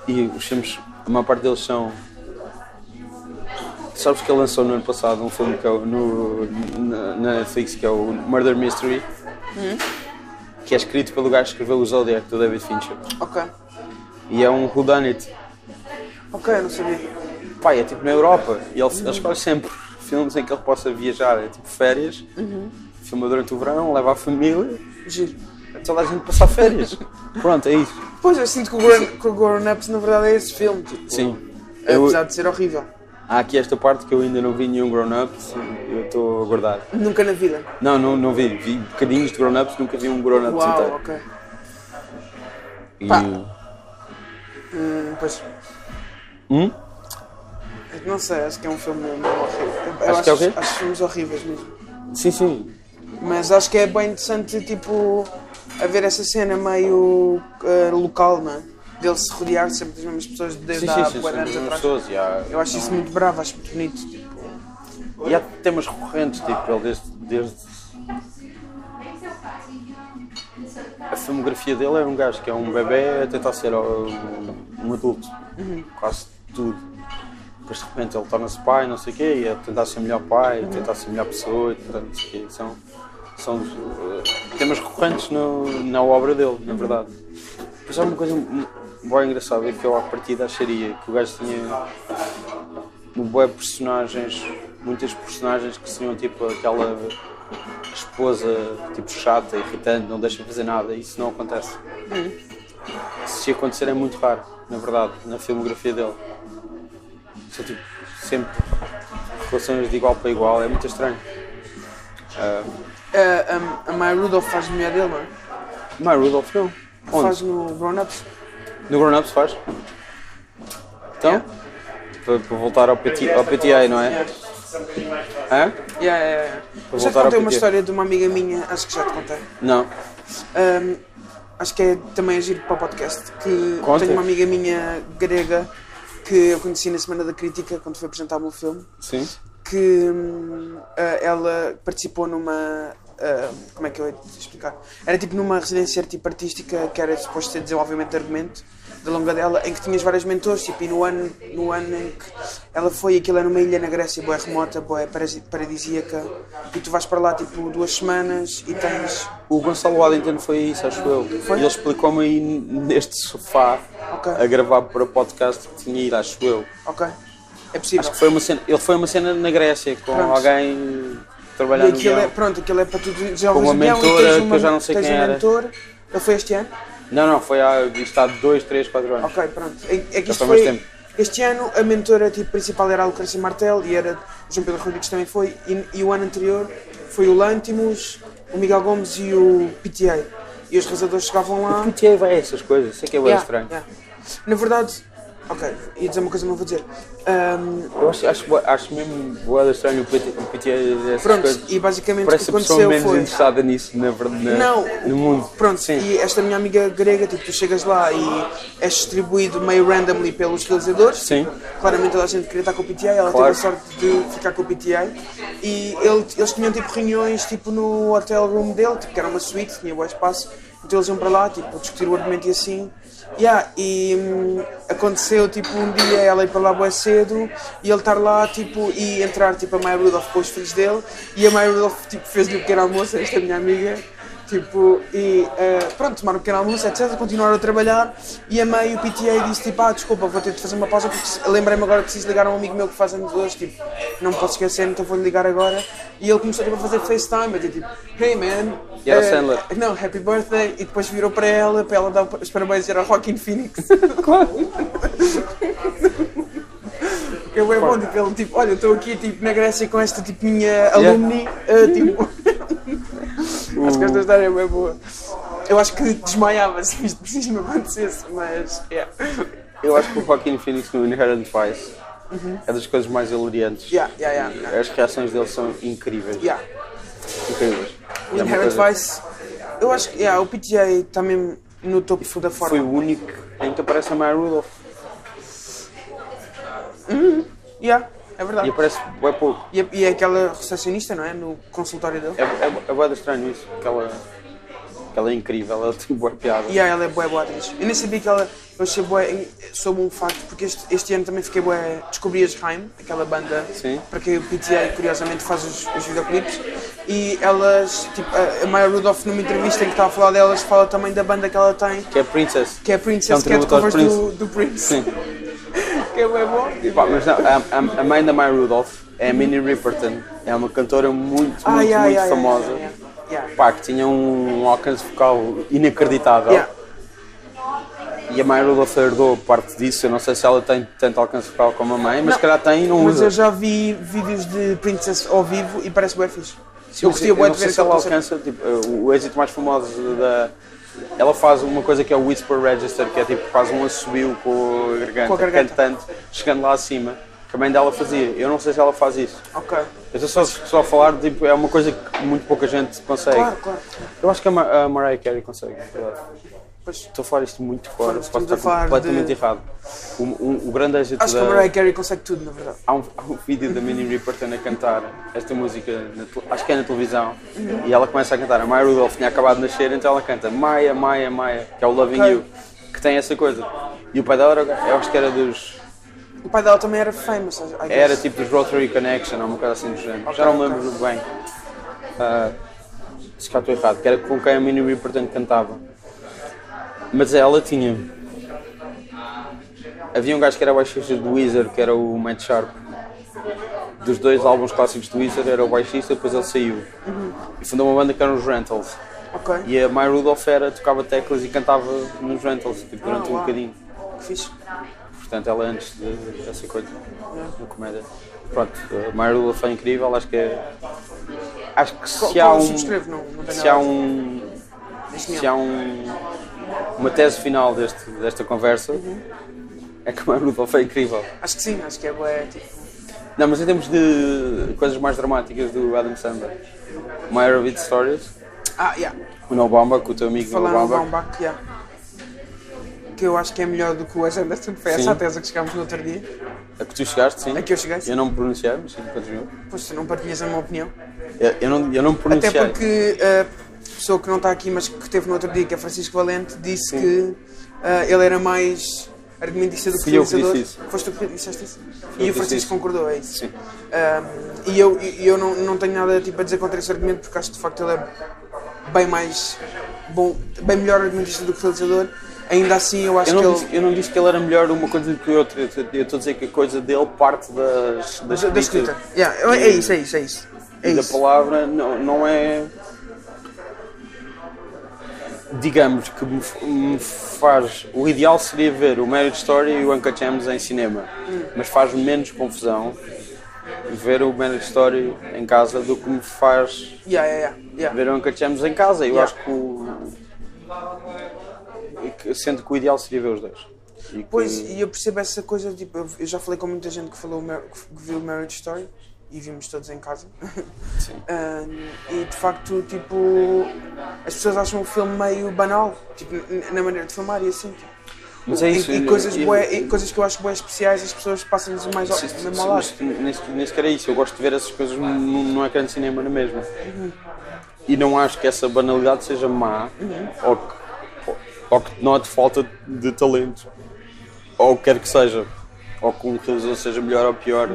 A: e os filmes, a maior parte deles são. Sabes que ele lançou no ano passado um filme que é o- no, na, na Netflix que é o Murder Mystery,
B: Hum?
A: que é escrito pelo gajo que escreveu o Zodiac do David Fincher.
B: Ok.
A: E é um whodunit.
B: Ok, eu não sabia.
A: Pá, é tipo na Europa. E ele, ele escolhe sempre filmes em que ele possa viajar, é tipo férias,
B: Uhum.
A: filma durante o verão, leva a família,
B: Giro.
A: é toda a gente passar férias. Pronto, é isso.
B: Pois, eu sinto que o Grown, que o Grown Ups na verdade é esse filme. Tipo,
A: Sim. Eu-
B: Apesar de ser horrível.
A: Há aqui esta parte que eu ainda não vi nenhum grown-up, eu estou a guardar.
B: Nunca na vida.
A: Não, não, não vi, vi bocadinhos de grown-ups, nunca vi um grown-up
B: Uau,
A: inteiro.
B: ok.
A: E-
B: Pá. Hum, pois.
A: Hum?
B: Eu Não sei, acho que é um filme mesmo horrível. Eu
A: Acho que é o quê?
B: Acho filmes horríveis mesmo.
A: Sim, sim.
B: Mas acho que é bem interessante, tipo, haver essa cena meio eh, local, não é? Dele se rodear sempre das mesmas pessoas
A: Sim,
B: desde
A: sim,
B: há
A: sim, são
B: bué de anos
A: mesmas
B: atrás.
A: pessoas e há,
B: Eu acho isso muito bravo, acho muito bonito. Tipo.
A: e há temas recorrentes, tipo, ele desde, desde... A filmografia dele é um gajo que é um bebê a tentar ser ó, um, um adulto. Quase tudo. Depois de repente ele torna-se pai, não sei o quê, e a tentar ser melhor pai, a tentar ser melhor pessoa, e tentar não sei o quê. São, são eh, temas recorrentes no- na obra dele, na verdade. Mas há uma coisa boa engraçada que eu à partida acharia que o gajo tinha um bué de personagens, muitas personagens que seriam tipo aquela esposa tipo chata, irritante, não deixa fazer nada, isso não acontece. Se acontecer é muito raro, na verdade, na filmografia dele. São tipo sempre relações de igual para igual, é muito estranho.
B: A- a, a Maya Rudolph faz de mulher dele, não é?
A: Mas Rudolph não. Onde?
B: Faz no Grown Ups.
A: No Grown Ups faz? Então? Para, para voltar ao, PT, ao PTA, não é?
B: Yeah.
A: Hã?
B: Yeah, yeah, yeah.
A: Vou
B: é, Já te
A: voltar ao
B: contei uma
A: PT.
B: história de uma amiga minha, acho que já te contei.
A: Não.
B: Ahm, acho que é também agir para o podcast. Que
A: Conta.
B: tenho uma amiga minha grega que eu conheci na Semana da Crítica, quando foi apresentar o meu filme,
A: Sim.
B: que hum, ah, ela participou numa. ah, como é que eu ia te explicar? Era tipo numa residência tipo artística que era suposto ser desenvolvimento de argumento da longa dela, em que tinhas várias mentores, tipo, e no ano, no ano em que ela foi, aquilo era numa ilha na Grécia, boé remota, boé paradisíaca, e tu vais para lá tipo duas semanas e tens.
A: O Gonçalo Waddington foi isso, acho eu. E ele explicou-me aí neste sofá
B: Ok.
A: a gravar para o podcast que tinha ido, acho eu.
B: Ok. É possível.
A: Acho que foi uma cena, ele foi uma cena na Grécia com
B: Pronto.
A: alguém
B: E
A: trabalhando
B: aquilo é, pronto, aquilo é para tudo. Já
A: Com uma
B: ouves, "Não, e
A: mentora,
B: tens
A: que eu já não sei
B: tens
A: quem
B: um
A: era."
B: mentor. Ele foi este ano?
A: Não, não, foi há isto há 2, 3, 4 anos.
B: Ok, pronto. É, é que
A: Já
B: isto
A: foi mais
B: foi-
A: tempo.
B: este ano a mentora tipo, principal era a Lucrecia Martel e era o João Pedro Rodrigues também foi. E, e o ano anterior foi o Lantimos, o Miguel Gomes e o PTA. E os realizadores chegavam lá.
A: O PTA vai a essas coisas, sei que é bem
B: Yeah,
A: estranho.
B: yeah. Na verdade, ok, ia dizer uma coisa, mas vou dizer. Ahm,
A: Eu acho, acho, bué- acho mesmo boada estranho o PTA, o PTA dessas
B: pronto,
A: coisas.
B: e basicamente o que
A: Parece a pessoa
B: aconteceu
A: menos
B: foi.
A: interessada nisso na, verdade na-
B: Não,
A: no mundo.
B: Pronto,
A: Sim.
B: e esta minha amiga grega, tipo, tu chegas lá e és distribuído meio randomly pelos realizadores.
A: Sim.
B: Claramente toda a gente queria estar com o PTA, ela
A: Claro.
B: teve a sorte de ficar com o PTA. E ele- eles tinham tipo reuniões tipo no hotel room dele, tipo, que era uma suíte, tinha bom espaço. Então eles iam para lá, tipo, discutir o argumento e assim. Yeah, e hum, aconteceu tipo um dia ela ir para lá bem cedo e ele estar lá tipo, e entrar tipo, a Maya Rudolph com os filhos dele e a Maya Rudolph tipo, fez-lhe um pequeno almoço, esta minha amiga Tipo, e eh, pronto, tomaram um pequeno almoço, etc. Continuaram a trabalhar e a mãe, o PTA, disse tipo: Ah, desculpa, vou ter de fazer uma pausa porque se- lembrei-me agora que preciso ligar a um amigo meu que faz anos hoje, tipo, não me posso esquecer, então vou-lhe ligar agora. E ele começou tipo, a fazer FaceTime, eu tipo: Hey man,
A: E era
B: eh,
A: Sandler.
B: não, happy birthday. E depois virou para ela, para ela dar os parabéns e era Joaquin Phoenix. Que é bué bom, tipo, ele tipo: Olha, eu estou aqui tipo, na Grécia com esta tipo, minha alumni, eh, tipo. Acho que esta história é bem boa. Eu acho que desmaiava se isto, se isto me acontecesse, mas. Yeah.
A: Eu acho que o Joaquin Phoenix no Inherent Vice é das coisas mais hilariantes.
B: Uhum. Yeah, yeah, yeah, yeah.
A: As reações dele são incríveis.
B: yeah.
A: Incríveis.
B: O
A: É uma
B: Inherent
A: coisa-
B: Vice. Eu acho que yeah, o PTA está mesmo no topo da
A: Foi
B: forma.
A: o único em que aparece a Maya Rudolph.
B: Yeah, é
A: E
B: verdade.
A: aparece bem pouco.
B: E, é- e é aquela recepcionista, não é? No consultório dele.
A: É, é, é bué de estranho isso. Que ela, que ela é incrível, ela tem boa piada.
B: E yeah, ela é boa, boa atriz. Eu nem sabia que ela. Eu achei boa sobre um facto, porque este, este ano também fiquei boa. Descobri as Haim, aquela banda
A: Sim.
B: para quem o PTA curiosamente faz os, os videoclipes. E elas, tipo, a, a Maya Rudolph, numa entrevista em que está a falar delas, fala também da banda que ela tem,
A: Que é Princess.
B: que é Princess,
A: É
B: que
A: um
B: é de
A: tributo aos
B: covers do, do Prince.
A: Sim.
B: Que é bem bom.
A: Pá, mas não, a, a- a mãe da Maya Rudolph é a Minnie Riperton. É uma cantora muito, muito,
B: Ah, yeah,
A: muito
B: yeah, yeah,
A: famosa.
B: yeah, yeah, yeah.
A: Pá, que tinha um alcance vocal inacreditável.
B: Yeah.
A: E a Maya Rudolph herdou parte disso. Eu não sei se ela tem tanto alcance vocal como a mãe, mas se calhar tem e não
B: Mas
A: usa.
B: eu já vi vídeos de Princess ao vivo e parece bem fixe.
A: Eu,
B: Eu gostei
A: eu
B: bem
A: não
B: de ver
A: sei se ela
B: aquela alcance.
A: alcança tipo, uh, o êxito mais famoso da. Ela faz uma coisa que é o Whisper Register, que é tipo, faz um assobio com a garganta,
B: Com a garganta.
A: cantante, chegando lá acima, que a mãe dela fazia. Eu não sei se ela faz isso.
B: Ok,
A: Eu estou só, só a falar, tipo, é uma coisa que muito pouca gente consegue.
B: claro, claro.
A: Eu acho que a, Ma- a Mariah Carey consegue, na verdade.
B: Pois.
A: Estou a falar isto muito fora,
B: Estamos
A: posso
B: a falar
A: estar completamente
B: de-
A: errado. O, o- o grande êxito
B: Acho que a
A: da-
B: Mariah Carey consegue tudo, na verdade.
A: Há um, há um vídeo da Minnie Riperton a cantar esta música, na tele- acho que é na televisão, e ela começa a cantar. A Maya Rudolph tinha acabado de nascer, então ela canta Maya, Maya, Maya, que é o Loving
B: Ok.
A: You, que tem essa coisa. E o pai dela, era, eu acho que era dos.
B: O pai dela também era famous, I guess.
A: Era tipo dos Rotary Connection, ou uma coisa assim do género. Já não me lembro bem. Ah, se cá estou errado, que era com quem a Minnie Riperton cantava. Mas ela tinha. Havia um gajo que era baixista do Weezer, que era o Matt Sharp. Dos dois álbuns clássicos do Weezer, era o baixista, depois ele saiu. E fundou uma banda que era os Rentals.
B: Ok.
A: E a Maya Rudolph era, tocava teclas e cantava nos Rentals, tipo, durante
B: Ah,
A: um
B: uau.
A: bocadinho.
B: Que fixe.
A: Portanto, ela antes de- dessa coisa, na comédia. Pronto, a Maya Rudolph foi incrível, acho que é. Acho que
B: Qual-
A: se há
B: qual eu
A: um.
B: subscrevo? Não- não tem
A: Se
B: nada a
A: há
B: ver.
A: um.
B: Genial.
A: Se há um. Uma tese final deste, desta conversa, é que a Maya Rudolph foi incrível.
B: Acho que sim, acho que é bué, tipo...
A: Não, mas em termos de coisas mais dramáticas do Adam Sandler, My Arabic Stories,
B: Ah, yeah.
A: o No Bamba, com o teu amigo No
B: Falar no
A: Bamba.
B: Baumbach, yeah. Que eu acho que é melhor do que o Wes Anderson, foi
A: Sim.
B: essa a tese que chegámos no outro dia.
A: A que tu chegaste, sim.
B: A que eu cheguei, sim.
A: Eu não me pronunciei, mas sim, continua.
B: Pois tu não partilhas a minha opinião.
A: Eu, eu não, eu não me
B: Até
A: pronunciei.
B: porque eh, a pessoa que não está aqui, mas que esteve no outro dia, que é Francisco Valente, disse
A: Sim.
B: que ah, ele era mais argumentista do que
A: Fui eu que
B: realizador.
A: disse isso.
B: Foste tu que disseste isso?
A: Fui eu que
B: E o
A: disse isso.
B: Francisco concordou, é isso?
A: Sim.
B: Ah, e eu, e eu não, não tenho nada tipo, a dizer contra esse argumento, porque acho que de facto ele é bem mais bom, bem melhor argumentista do que realizador. ainda assim eu acho
A: Eu não,
B: que
A: disse, eu não disse que ele era melhor uma coisa do que outra, eu t- eu estou a dizer que a coisa dele parte das, das
B: ele. Da escrita. Yeah, é, é isso, é isso, é isso. É
A: e da
B: isso.
A: palavra não, não é. Digamos que me, f- me faz. O ideal seria ver o Marriage Story e o Uncut Gems em cinema,
B: Hum.
A: mas faz menos confusão ver o Marriage Story em casa do que me faz
B: Yeah, yeah, yeah, yeah.
A: ver o Uncut Gems em casa. Eu
B: Yeah.
A: acho que o. e que- Sendo que o ideal seria ver os dois. E que-
B: Pois, e eu percebo essa coisa, tipo, eu- eu já falei com muita gente que, falou, o Mar- que viu Marriage Story e vimos todos em casa.
A: Sim.
B: Um, e de facto, tipo, as pessoas acham o filme meio banal, tipo, n- na maneira de filmar e assim. Tipo.
A: Mas é isso,
B: E, e
A: eu-
B: coisas
A: eu-
B: bué- e coisas que eu acho boas especiais, as pessoas passam-nos o mais ao-
A: Sim, sim,
B: mesmo
A: sim,
B: ao lado.
A: mas nem sequer- nem sequer é isso. Eu gosto de ver essas coisas num, num ecrã de cinema na mesma. E não acho que essa banalidade seja má ou, que, ou, ou que note falta de talento. Ou o que quer que seja. Ou que um realizador seja melhor ou pior.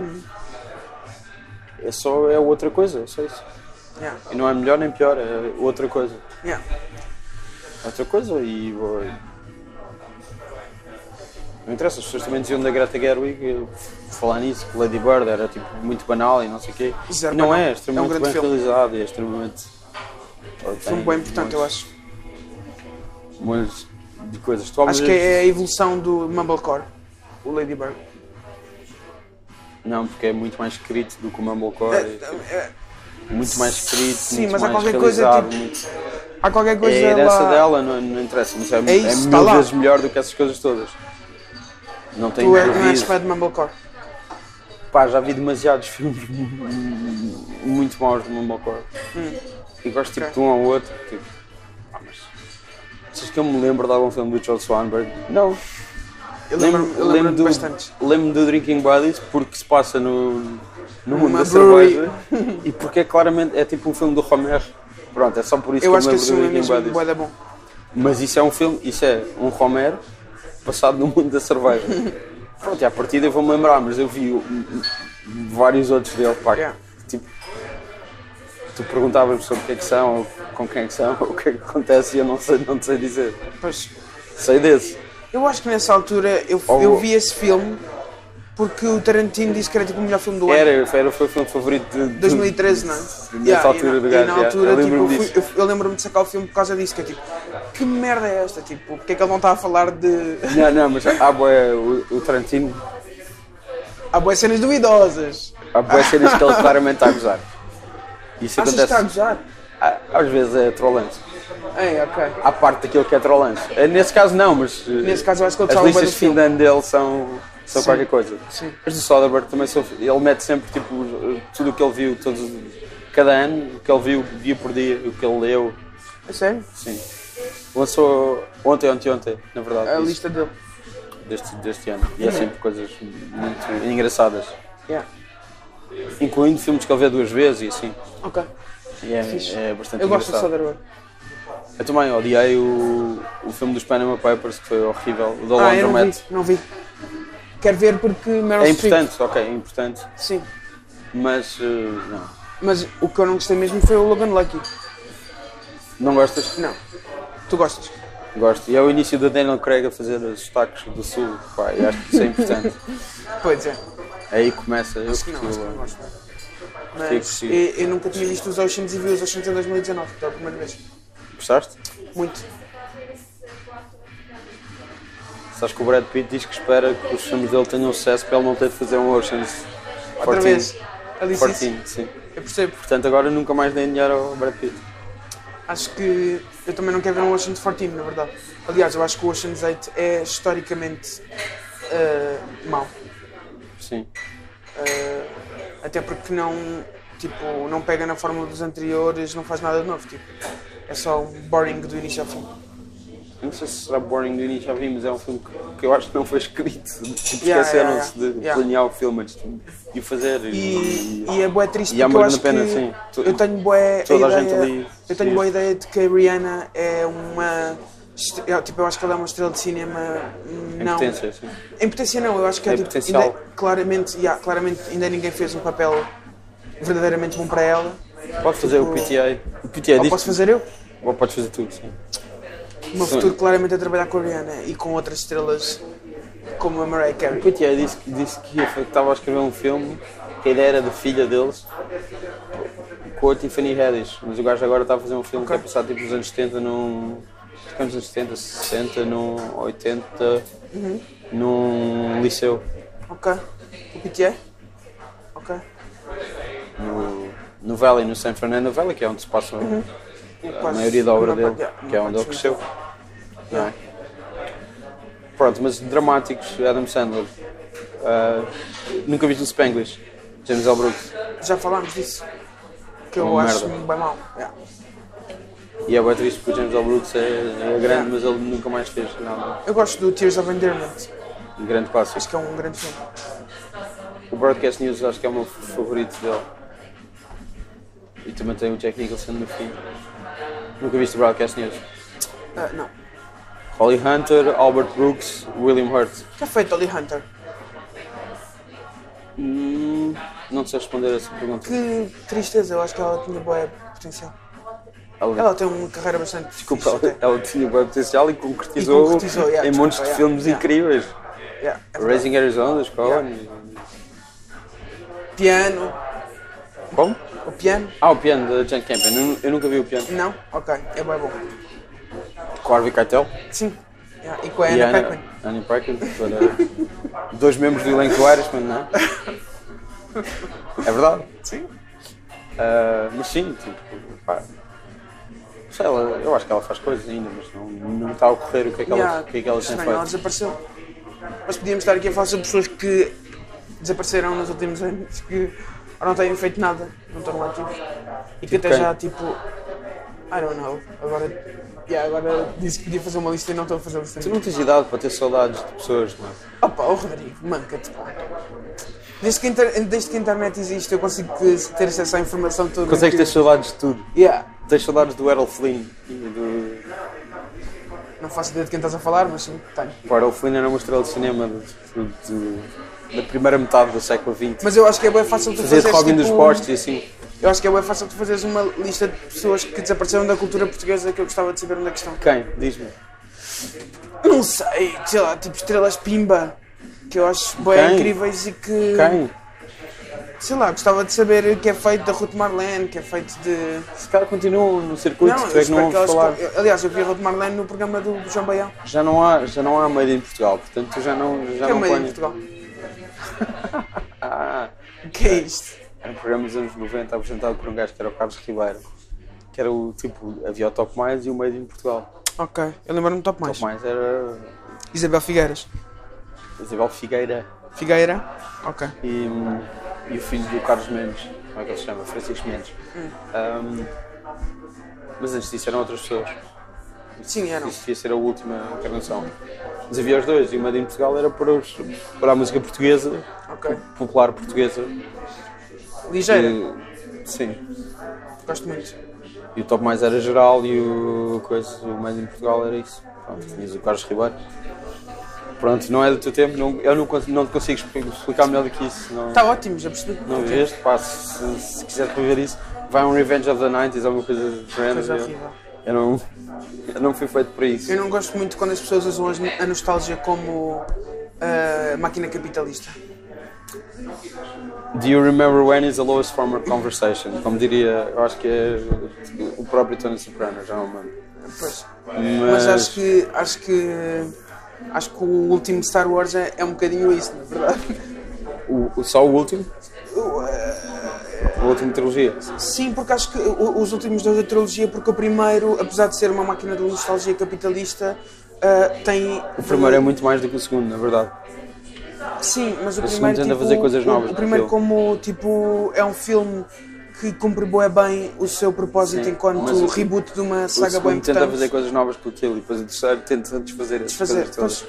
A: É só é outra coisa, é só isso.
B: Yeah,
A: E não é melhor nem pior, é outra coisa.
B: yeah.
A: Outra coisa e. vou- Não interessa, as pessoas também diziam da Greta Gerwig, eu, falar nisso, que Lady Bird era tipo muito banal e não sei o quê.
B: Isso era
A: E não
B: banal.
A: é,
B: É
A: é
B: um
A: extremamente
B: grande
A: bem
B: filme.
A: realizado e é extremamente. Tem
B: Foi um bem importante, eu acho.
A: Mas de coisas. Tu alguma
B: Acho que
A: vez-
B: é a evolução do Mumblecore, o Ladybird.
A: Não, porque é muito mais escrito do que o Mumblecore.
B: É, é,
A: muito mais escrito,
B: sim,
A: muito
B: mas há
A: mais
B: qualquer coisa,
A: realizado,
B: tipo,
A: muito-
B: Há qualquer coisa
A: é a herança
B: lá.
A: dela, não, não interessa, mas é,
B: É isso,
A: é
B: tá
A: mil
B: lá.
A: vezes melhor do que essas coisas todas. Não tem
B: Tu é, não és
A: improviso.
B: fã de Mumblecore.
A: Pá, já vi demasiados filmes muito maus do Mumblecore. E gosto tipo
B: Hum. Ok.
A: de um ao outro. Tipo, ah, mas. Achas que eu me lembro de algum filme do George Swanberg? Não.
B: Eu lembro- eu lembro-me
A: do,
B: bastante.
A: Lembro-me do Drinking Buddies porque se passa no, no mundo
B: Numa
A: da
B: brewery.
A: cerveja. e porque é claramente. É tipo um filme do Romero. Pronto, é só por isso
B: Eu
A: que
B: acho
A: eu
B: que
A: me
B: esse
A: lembro
B: filme é
A: do Drinking
B: mesmo
A: Buddies.
B: bué da bom.
A: Mas isso é um filme, isso é um Romero passado no mundo da cerveja. Pronto, e à partida eu vou-me lembrar, mas eu vi hum, hum, vários outros dele, pá. que,
B: Yeah.
A: Tipo, tu perguntavas-me sobre o que é que são, ou com quem é que são, ou o que é que acontece e eu não sei, não te sei dizer.
B: Pois.
A: Sei desse.
B: Eu acho que nessa altura eu,
A: Oh.
B: eu vi esse filme porque o Tarantino disse que era tipo o melhor filme do ano.
A: Era, era foi o filme favorito de, de
B: 2013, não é?
A: Nessa altura
B: e, na-
A: do gajo,
B: e na
A: yeah.
B: altura,
A: Eu
B: tipo, eu,
A: lembro-me
B: fui-
A: disso.
B: eu- eu lembro-me de sacar o filme por causa disso, que é tipo, que merda é esta? Tipo, porque é que ele não está a falar de.
A: Não, não, mas há boé, o, o Tarantino,
B: Há boas cenas duvidosas.
A: há boé cenas que ele claramente está a gozar. Isso
B: Achas que está a
A: acontece.
B: gozar?
A: a- Às vezes é trolance.
B: É, ok.
A: à parte daquilo que é trolance. Eh, Nesse caso não, mas eh,
B: Nesse caso, eu acho que ele
A: as
B: gostava bem
A: listas
B: do
A: de fim
B: filme.
A: de ano dele são, são
B: Sim.
A: qualquer coisa.
B: Sim.
A: Mas do Soderbergh também são, ele mete sempre tipo os- tudo o que ele viu, todos, cada ano, o que ele viu dia por dia, o que ele leu.
B: É sério?
A: Sim. Lançou ontem, ontem, ontem, na verdade,
B: A
A: isso,
B: lista dele.
A: deste, deste ano. E é sempre coisas muito engraçadas.
B: Yeah.
A: Incluindo filmes que ele vê duas vezes e assim.
B: Ok.
A: E é,
B: Fixe.
A: é bastante
B: Eu gosto do
A: engraçado.
B: Soderbergh.
A: Eu também odiei o, o filme dos Panama Papers, que foi horrível, o The
B: Ah, eu não
A: Laundromat.
B: vi, não vi. Quero ver porque Meryl
A: É
B: Streep-
A: importante, ok, é importante,
B: Sim.
A: mas eh, não.
B: Mas o que eu não gostei mesmo foi o Logan Lucky.
A: Não gostas?
B: Não. Tu gostas?
A: Gosto. E é o início do Daniel Craig a fazer os sotaques do Sul, pá, e acho que isso é importante.
B: Pois é.
A: Aí começa, eu
B: Acho que não, acho que não
A: curti
B: gosto.
A: é
B: Mas eu,
A: possível.
B: eu nunca tinha visto os Oceans e vi os Oceans em 2019, pela primeira vez.
A: Gostaste?
B: Muito.
A: Sabes que o Brad Pitt diz que espera que os filmes dele tenham sucesso para ele não ter de fazer um Ocean's
B: Outra vez. Ele disse isso.
A: 14, sim.
B: Eu percebo.
A: Portanto, agora nunca mais dei dinheiro ao Brad Pitt.
B: Acho que eu também não quero ver um Ocean's 14, na verdade. Aliás, eu acho que o Ocean's 8 é historicamente ah, mau.
A: Sim.
B: Ah, até porque não, tipo, não pega na fórmula dos anteriores, não faz nada de novo. Tipo, é só um boring do início ao fim.
A: Não sei se será boring do início já vi, mas é um filme que, que eu acho que não foi escrito. Tipo,
B: Yeah,
A: Esqueceram-se
B: yeah, yeah.
A: de
B: Yeah.
A: planear o filme antes de de o fazer.
B: E, e é bué triste
A: E há
B: porque eu
A: muito
B: acho
A: na pena,
B: que
A: sim. Tu-
B: eu tenho bué a
A: toda a
B: ideia,
A: gente ali
B: eu tenho
A: diz.
B: boa ideia de que a Rihanna é uma est- eu, tipo, eu acho que ela é uma estrela de cinema hum,
A: Em
B: não
A: é potência, sim.
B: em potência não, eu acho que é,
A: É
B: tipo,
A: potencial.
B: ainda- claramente, yeah, claramente ainda ninguém fez um papel verdadeiramente bom para ela
A: É Pode fazer o PTA. O PTA
B: ou
A: diz
B: Tipo, posso fazer eu?
A: Ou podes fazer tudo, sim.
B: O meu futuro claramente é trabalhar com a Rihanna e com outras estrelas como a Mariah Carey.
A: Pois é, disse, que- disse que ia fa- estava a escrever um filme que a ideia era da filha deles com a Tiffany Haddish, mas o gajo agora está a fazer um filme que é passado tipo nos anos 70, num. acho que é nos anos 70, 60, num 80,
B: Uhum.
A: num liceu.
B: Ok. O que é? Ok.
A: no, no Valley, no San Fernando Valley, que é onde se passa
B: Uhum.
A: a
B: Quase
A: maioria da obra
B: uma
A: dele,
B: parte-
A: que é
B: uma
A: onde ele
B: parte
A: cresceu. Não é? Pronto, mas dramáticos, Adam Sandler. Ah, nunca viste no Spanglish, James L. Brooks.
B: Já falámos disso. Que eu
A: É Uma
B: acho um
A: merda.
B: bem mal. Yeah.
A: E é bem triste porque o James L. Brooks é, é grande, mas ele nunca mais fez nada.
B: Eu gosto do Tears of Endearment.
A: Um grande clássico.
B: Acho que é um grande filme.
A: O Broadcast News acho que é o meu favorito dele. E também tem o Jack Nicholson no fim. Nunca viste o Broadcast News.
B: Ah, não.
A: Holly Hunter, Albert Brooks, William Hurt.
B: Já foi Dolly Hunter.
A: Hum, não sei responder a essa pergunta.
B: Que tristeza, eu acho que ela tinha boa potencial.
A: Ela,
B: Ela tem uma carreira bastante
A: desculpa, é
B: fixe
A: ela,
B: até.
A: ela tinha bom potencial e concretizou,
B: E concretizou, yeah,
A: em
B: desculpa,
A: montes de
B: yeah,
A: filmes
B: yeah.
A: incríveis.
B: Yeah.
A: Raising Arizona, os Coen.
B: Piano.
A: Como?
B: O piano?
A: Ah, o piano da Jane Campion. Eu, nu- eu nunca vi o piano.
B: Não? Ok. É bem bom.
A: Com a Harvey Keitel
B: Sim. Yeah. E com a
A: e a
B: Anna
A: Anna
B: Paquin.
A: Anna Paquin. para- Dois membros do elenco do Irishman, não é? É verdade.
B: Sim.
A: Ah, mas sim, tipo, pá. Sei lá, eu acho que ela faz coisas ainda, mas não, não me está a ocorrer o que é que ela, o que é que ela tem
B: Estranho, ela
A: feito.
B: desapareceu. Nós podíamos estar aqui a falar sobre pessoas que desapareceram nos últimos anos, que não têm feito nada, não estão ativos. E que até
A: quem?
B: já, tipo, I don't know, agora, yeah, agora disse que podia fazer uma lista e não estou a fazer lista.
A: Tu não tens idade para ter saudades de pessoas, não é?
B: Opa, o Rodrigo, manca-te, pá. Desde que, a inter- desde que a internet existe, eu consigo te- ter acesso à informação toda.
A: Consegues ter saudades de tudo.
B: Yeah.
A: Tens saudades do Errol Flynn e do.
B: Não faço ideia de quem estás a falar, mas sim, tenho.
A: O Errol Flynn era uma estrela de cinema do- do- do- da primeira metade do século XX.
B: Mas eu acho que é bem fácil tu
A: Fazer de
B: fazeres,
A: Robin dos
B: tipo,
A: Bosques e assim.
B: Eu acho que é bem fácil tu fazeres uma lista de pessoas que desapareceram da cultura portuguesa que eu gostava de saber onde é que estão.
A: Quem? Diz-me.
B: Não sei, sei lá, tipo estrelas pimba, que eu acho bem
A: Quem?
B: incríveis e que.
A: Quem?
B: Sei lá, gostava de saber o que é feito da Ruth Marlene, que é feito de.
A: Esse cara continua no circuito, tu
B: eu
A: é que não
B: espero
A: ouves
B: que elas-
A: falar.
B: eu- Aliás, eu vi a Ruth Marlene no programa do do João Baião.
A: Já não há, já não há made in Portugal, portanto tu já não, já
B: Que é
A: não
B: uma em
A: pões.
B: Portugal.
A: Ah,
B: O que é isto?
A: era um programa dos anos 90 apresentado por um gajo que era o Carlos Ribeiro. Que era o tipo, havia o Top Mais e o Made in Portugal.
B: Ok, eu lembro-me do Top
A: O
B: Mais.
A: Top Mais era
B: Isabel Figueiras.
A: Isabel Figueira.
B: Figueira? Ok.
A: e, e o filho do Carlos Mendes, como é que ele se chama? Francisco Mendes.
B: Hum.
A: Um, mas antes disso eram outras pessoas.
B: Sim, eram.
A: Isso ia ser a última encarnação. Mas havia os dois, e o Made in Portugal era para, os, para a música portuguesa,
B: Ok.
A: popular portuguesa.
B: Ligeira,
A: E- sim.
B: gosto muito.
A: E o top mais era geral e o, coisa, o Made in Portugal era isso. Pronto, tinhas o Carlos Ribeiro. Pronto, não é do teu tempo, não- eu não, cons- não te consigo explicar melhor do que isso. não-
B: Está Tá ótimo, já percebi.
A: Não
B: Ok.
A: viste? Pá, se, se quiseres para ver isso, vai a um Revenge of the 90s, alguma coisa do género.
B: Coisa
A: Eu,
B: horrível.
A: eu não, eu não fui feito para isso.
B: Eu não gosto muito quando as pessoas usam as- a nostalgia como ah, máquina capitalista.
A: Do you remember when is the lowest form of conversation? Como diria, eu acho que é o próprio Tony Soprano, já não me lembro.
B: Pois.
A: Mas,
B: Mas acho que acho que acho que o último Star Wars é, é um bocadinho isso, na verdade.
A: o, o- só o último,
B: O, ah,
A: a última trilogia.
B: sim, porque acho que o- os últimos dois da trilogia, porque o primeiro, apesar de ser uma máquina de nostalgia capitalista, ah, tem.
A: O primeiro é muito mais do que o segundo, na verdade.
B: Sim, mas o,
A: segundo
B: primeiro.
A: tenta
B: tipo,
A: fazer coisas
B: o-
A: novas
B: O primeiro,
A: naquilo.
B: como tipo, é um filme que cumpre bué bem o seu propósito
A: Sim,
B: enquanto
A: mas o-
B: reboot de uma
A: O
B: saga bem
A: segundo tenta
B: importante.
A: fazer coisas novas com aquilo e depois o terceiro tenta desfazer as
B: Desfazer,
A: coisas todas.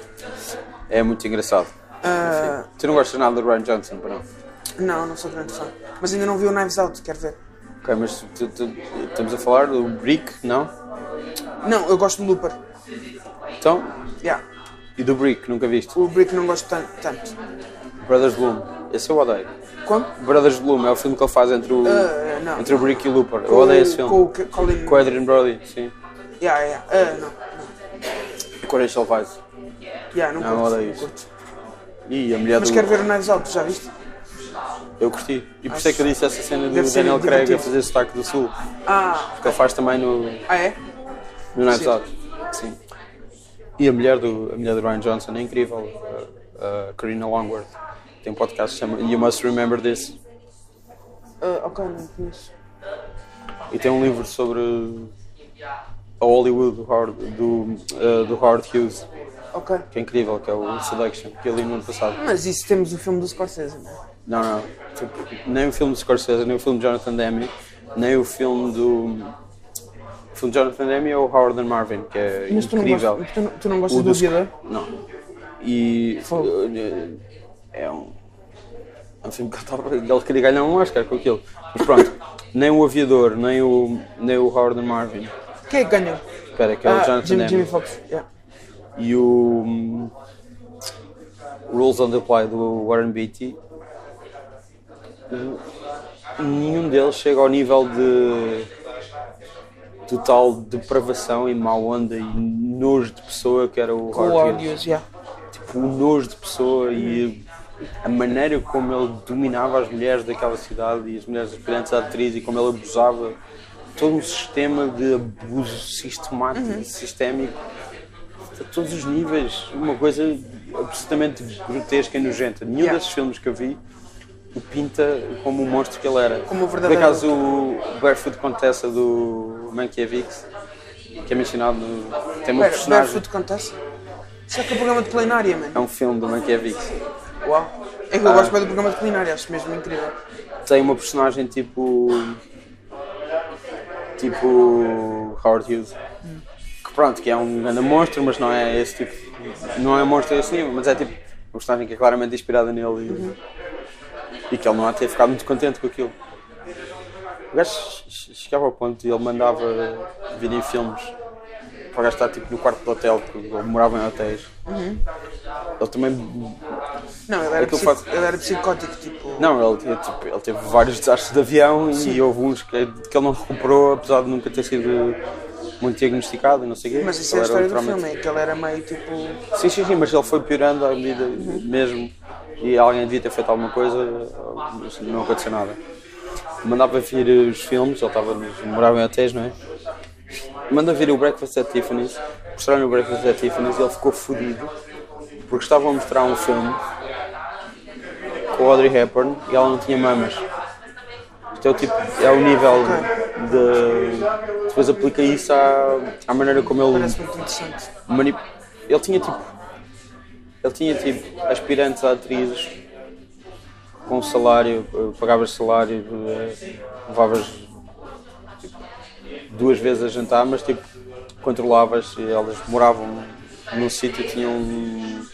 A: É muito engraçado.
B: Ah.
A: Enfim, tu não gostas nada do Ryan Johnson, para não?
B: Não, não sou grande fã. Mas ainda não vi o Knives Out, quero ver.
A: Ok, mas tu- tu- estamos a falar do Brick, não?
B: Não, eu gosto do Looper.
A: Então,
B: Yeah.
A: e do Brick, nunca viste?
B: O Brick não gosto tan- tanto.
A: Brothers Bloom, esse eu odeio.
B: Como?
A: Brothers Bloom é o filme que ele faz entre o,
B: Ah, não.
A: entre o Brick e o Looper. Eu odeio esse filme.
B: Com o Colin...
A: Com o Adrian Brody, sim.
B: Yeah, yeah. Ah, não. não.
A: Corey Selvais.
B: Yeah, não,
A: Não,
B: curto,
A: odeio isso.
B: curto.
A: Ih, a mulher
B: Mas
A: do.
B: quero ver o Knives Out, já viste?
A: Eu curti. E por isso é que eu disse essa cena do
B: Deve ser
A: Daniel Craig a
B: divertido.
A: fazer sotaque do Sul.
B: Ah,
A: Porque ele faz também no,
B: ah é?
A: no Knives
B: Sim.
A: Out. Sim. E a mulher do, a mulher do Ryan Johnson é incrível. A, a Karina Longworth. Tem um podcast que se chama You Must Remember This.
B: Ah, ok, não conheço.
A: E tem um livro sobre a Hollywood do Howard, do, eh, do Howard Hughes,
B: Ok.
A: que é incrível, que é o Selection, que eu li no ano passado.
B: Mas isso temos o filme do Scorsese, não é?
A: Não, não. Tipo, nem o filme de Scorsese, nem o filme de Jonathan Demme, nem o filme do. O filme de Jonathan Demme é o Howard and Marvin, que é
B: Mas tu não,
A: incrível.
B: gostas, tu não, tu não
A: O
B: gostas do
A: do Sc-
B: Aviador?
A: Não. E.
B: Fogo.
A: eh, É um. É um filme que ele, tava, ele queria ganhar um Oscar com aquilo. Mas pronto, nem o Aviador, nem o, nem o Howard and Marvin.
B: Quem é que ganhou?
A: Espera, que é o
B: Ah,
A: Jonathan
B: Jimmy,
A: Demme.
B: Jimmy Fox. Yeah.
A: e o hum, Rules on the Play do Warren Beatty, hum, nenhum deles chega ao nível de total depravação e má onda e nojo de pessoa que era o
B: Com o
A: Howard Hughes.
B: Audios, yeah.
A: Tipo, o nojo de pessoa e a maneira como ele dominava as mulheres daquela cidade e as mulheres aspirantes à atriz e como ele abusava. Todo um sistema de abuso sistemático
B: Uhum.
A: e sistémico a todos os níveis, uma coisa absolutamente grotesca e nojenta. Nenhum
B: Yeah.
A: desses filmes que eu vi o pinta como o monstro que ele era.
B: Como o verdadeiro-
A: Por acaso, o Barefoot Contessa do Mankiewicz, que é mencionado no. tem uma
B: Pera,
A: Um personagem.
B: Barefoot Contessa? Isso é que é programa de culinária,
A: É
B: mano.
A: um filme do Mankiewicz.
B: Uau. É que eu
A: Ah.
B: gosto bem do programa de culinária, acho mesmo incrível.
A: Tem uma personagem tipo. tipo. Howard Hughes. Que pronto, que é um grande monstro, mas não é esse tipo. não é um monstro a esse nível, mas é tipo. uma personagem que é claramente inspirada nele e. e que ele não há de ter ficado muito contente com aquilo. O gajo che- che- chegava ao ponto e ele mandava virem filmes para o gajo estar tipo no quarto do hotel, porque ele morava em hotéis. Ele também
B: Não, ele era,
A: Aquilo
B: psico-
A: faz-
B: ele era psicótico, tipo.
A: Não, ele, tinha, tipo, ele teve vários desastres de avião e houve uns que, que ele não recuperou, apesar de nunca ter sido muito diagnosticado e não sei o quê.
B: Mas isso
A: Ele
B: é a
A: era
B: história do
A: literalmente-
B: filme, é que ele era meio tipo.
A: Sim, sim, sim, mas ele foi piorando à medida mesmo. E alguém devia ter feito alguma coisa, mas não aconteceu nada. Mandava vir os filmes, ele estava, morava em hotéis, não é? Manda vir o Breakfast at Tiffany's, mostraram-lhe o Breakfast at Tiffany's e ele ficou fodido porque estavam a mostrar um filme com o Audrey Hepburn e ela não tinha mamas. Isto é o, tipo, é o nível de. Depois aplica isso à, à maneira como ele
B: Parece muito interessante.
A: Manip... Ele tinha tipo. Ele tinha tipo aspirantes a atrizes com salário, eh, pagavas salário, eh, levavas tipo, duas vezes a jantar, mas tipo, controlavas e elas moravam num sítio, tinham um,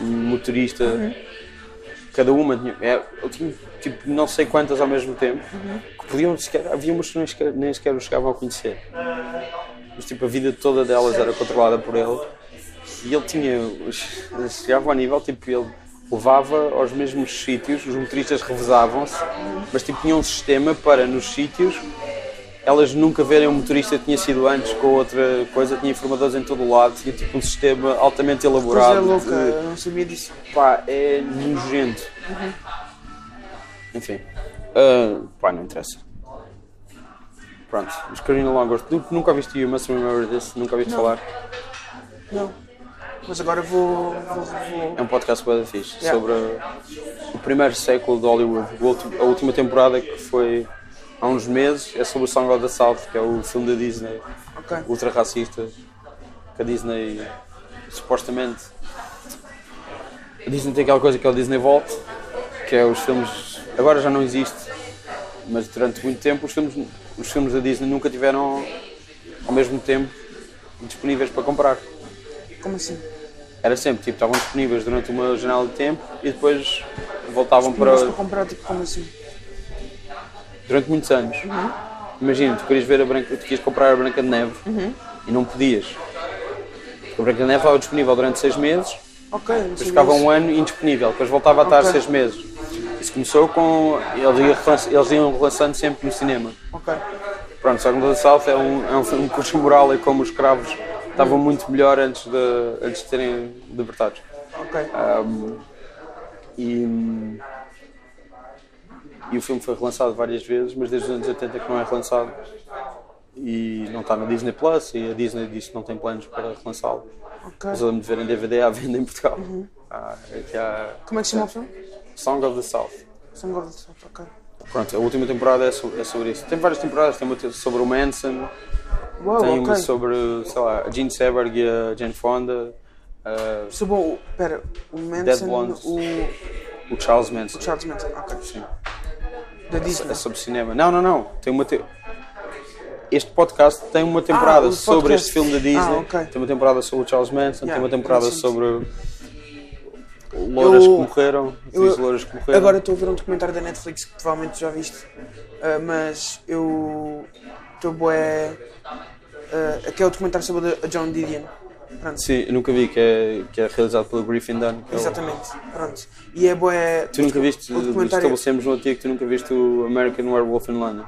A: um motorista, cada uma tinha, é, eu tinha tipo não sei quantas ao mesmo tempo, que podiam sequer, havia umas que nem sequer, nem sequer os chegavam a conhecer mas tipo a vida toda delas era controlada por ele e ele tinha os- chegava ao nível tipo ele levava aos mesmos sítios os motoristas revezavam-se mas tipo tinha um sistema para nos sítios elas nunca verem um motorista que tinha sido antes com outra coisa tinha informadores em todo o lado tinha tipo um sistema altamente
B: Pois é,
A: elaborado
B: louca,
A: de-
B: eu não sabia disso. Uhum.
A: pá, é nojento. Enfim, ah, pá, não interessa. Pronto, os Carolina Longworth, nu- nunca viste You Must Remember This, nunca viste falar.
B: Não. Mas agora vou. vou, vou...
A: É um podcast bem fixe,
B: Yeah.
A: sobre o primeiro século de Hollywood. O ulti- a última temporada que foi há uns meses é sobre o Song of the South, que é o filme da Disney,
B: Ok.
A: ultra racista, que a Disney supostamente... A Disney tem aquela coisa que é o Disney Vault, que é os filmes... Agora já não existe, mas durante muito tempo os filmes, os filmes da Disney nunca tiveram ao mesmo tempo disponíveis para comprar.
B: Como assim?
A: Era sempre, tipo, estavam disponíveis durante uma janela de tempo e depois voltavam
B: Para...
A: para.
B: Mas para comprar, tipo, como assim?
A: durante muitos anos. Imagina, tu querias ver a Branca, tu querias comprar a Branca de Neve e não podias. A Branca de Neve estava disponível durante seis meses,
B: Ok, não
A: depois
B: sabia
A: ficava
B: disso.
A: um ano indisponível, depois voltava a estar
B: Ok.
A: seis meses. Isso começou com. Eles iam, relanç- eles iam relançando sempre no cinema.
B: Ok.
A: Pronto, Song of the South é um, é um filme cujo moral é como os escravos estavam muito melhor antes de, antes de terem libertados.
B: Ok.
A: Um, e, hum, e o filme foi relançado várias vezes, mas desde os anos 80 que não é relançado. E não está na Disney Plus, e a Disney disse que não tem planos para relançá-lo.
B: Ok.
A: Mas eu lembro de ver em DVD à venda em Portugal. Ah, que há-
B: Como é que se chama o filme?
A: Song of the South.
B: São Gordo de Souto, ok.
A: Pronto, a última temporada é so- é sobre, isso. Tem várias temporadas, tem uma te- sobre o Manson,
B: Uau,
A: tem uma
B: Oh, ok.
A: sobre, sei lá, a Gene Seberg e a Jane Fonda, ah,
B: Sou bom, o- pera, o
A: Dead
B: Manson,
A: Blonde,
B: o
A: o... Charles Manson.
B: Charles Manson, ok.
A: Sim.
B: Da Disney.
A: É sobre cinema. Não, não, não. Tem uma te- Este podcast tem uma temporada
B: Ah, o
A: sobre
B: podcast.
A: este filme da Disney,
B: Ah, ok.
A: tem uma temporada sobre o Charles Manson,
B: Yeah,
A: tem uma temporada
B: Manson.
A: sobre louras
B: Eu-
A: que morreram,
B: Eu-
A: diz louras que morreram.
B: Agora estou a ver um documentário da Netflix que provavelmente já viste, ah, mas eu estou bué. ah, aqui é o documentário sobre a John Didion. Pronto,
A: Sim, eu nunca vi, que é, que é realizado pelo Griffin Dunn. que é o-
B: exatamente. Pronto. E é bué.
A: Tu nunca viste, eh,
B: o documentário.
A: estabelecemos no antigo que tu nunca viste o American Werewolf in London,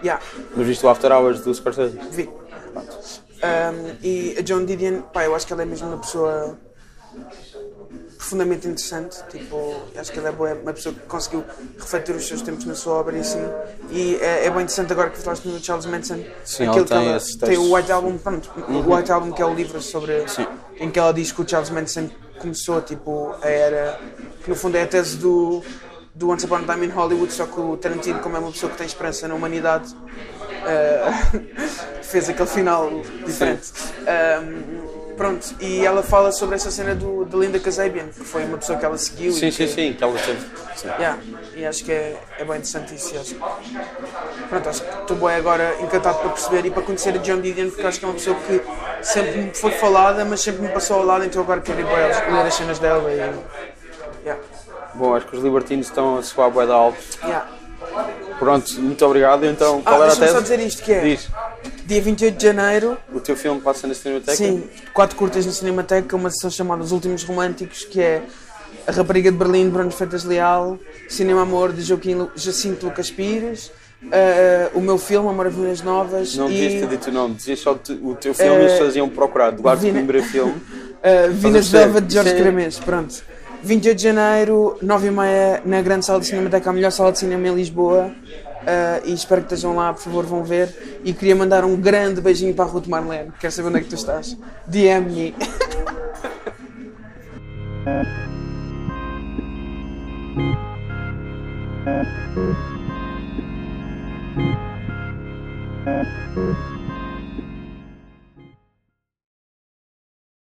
B: Yeah,
A: mas viste o After Hours do Scorsese.
B: vi. Um, e a John Didion, pá, eu acho que ela é mesmo uma pessoa profundamente interessante. Tipo, acho que ela é boa, uma pessoa que conseguiu refletir os seus tempos na sua obra e assim. E é, é bem interessante agora que falaste no Charles Manson.
A: Sim,
B: aquilo
A: ela tem
B: que ela,
A: esses
B: tem o
A: textos. Uhum.
B: White Album, pronto, o White Album que é o livro sobre em que ela diz que o Charles Manson começou tipo a era que no fundo é a tese do do Once Upon a Time in Hollywood, só que o Tarantino, como é uma pessoa que tem esperança na humanidade, Uh, fez aquele final diferente. Um, pronto, e ela fala sobre essa cena do, de Linda Kazabian, que foi uma pessoa que ela seguiu.
A: Sim,
B: e
A: sim,
B: que,
A: sim, que ela teve. Sim.
B: Yeah, e acho que é, é bem interessante isso. e Acho. Pronto, acho que estou bem agora encantado para perceber e para conhecer a John Didion, porque acho que é uma pessoa que sempre me foi falada, mas sempre me passou ao lado, então agora quero ir bué ler as cenas dela e. Yeah,
A: Bom, acho que os libertinos estão a soar bué da alto.
B: yeah.
A: Pronto, muito obrigado. Então,
B: Ah,
A: qual era a
B: deixa-me
A: tese?
B: só dizer isto: que é
A: Diz,
B: dia 28 de janeiro,
A: o teu filme passa na Cinemateca?
B: Sim, quatro curtas na Cinemateca, uma sessão chamada Os Últimos Românticos, que é A Rapariga de Berlim, de Bruno Freitas Leal, Cinema Amor, de Joaquim Lu- Jacinto Lucas Pires, eh, o meu filme, Amor a Vinhas Novas,
A: Não devias ter
B: e Eh,
A: dito o nome, dizias só te- o teu filme e um as pessoas iam procurar. Duarte
B: Vina-
A: Coimbra Filme.
B: eh, Vinas
A: Estás a
B: Velva, de
A: perceber?
B: Jorge
A: Sim.
B: Caramês, pronto. 28 de janeiro, 9h30, na grande sala de Cinemateca, a melhor sala de cinema em Lisboa, eh, e espero que estejam lá, por favor, vão ver. E queria mandar um grande beijinho para a Ruth Marlene, quero saber onde é que tu estás. DM-me.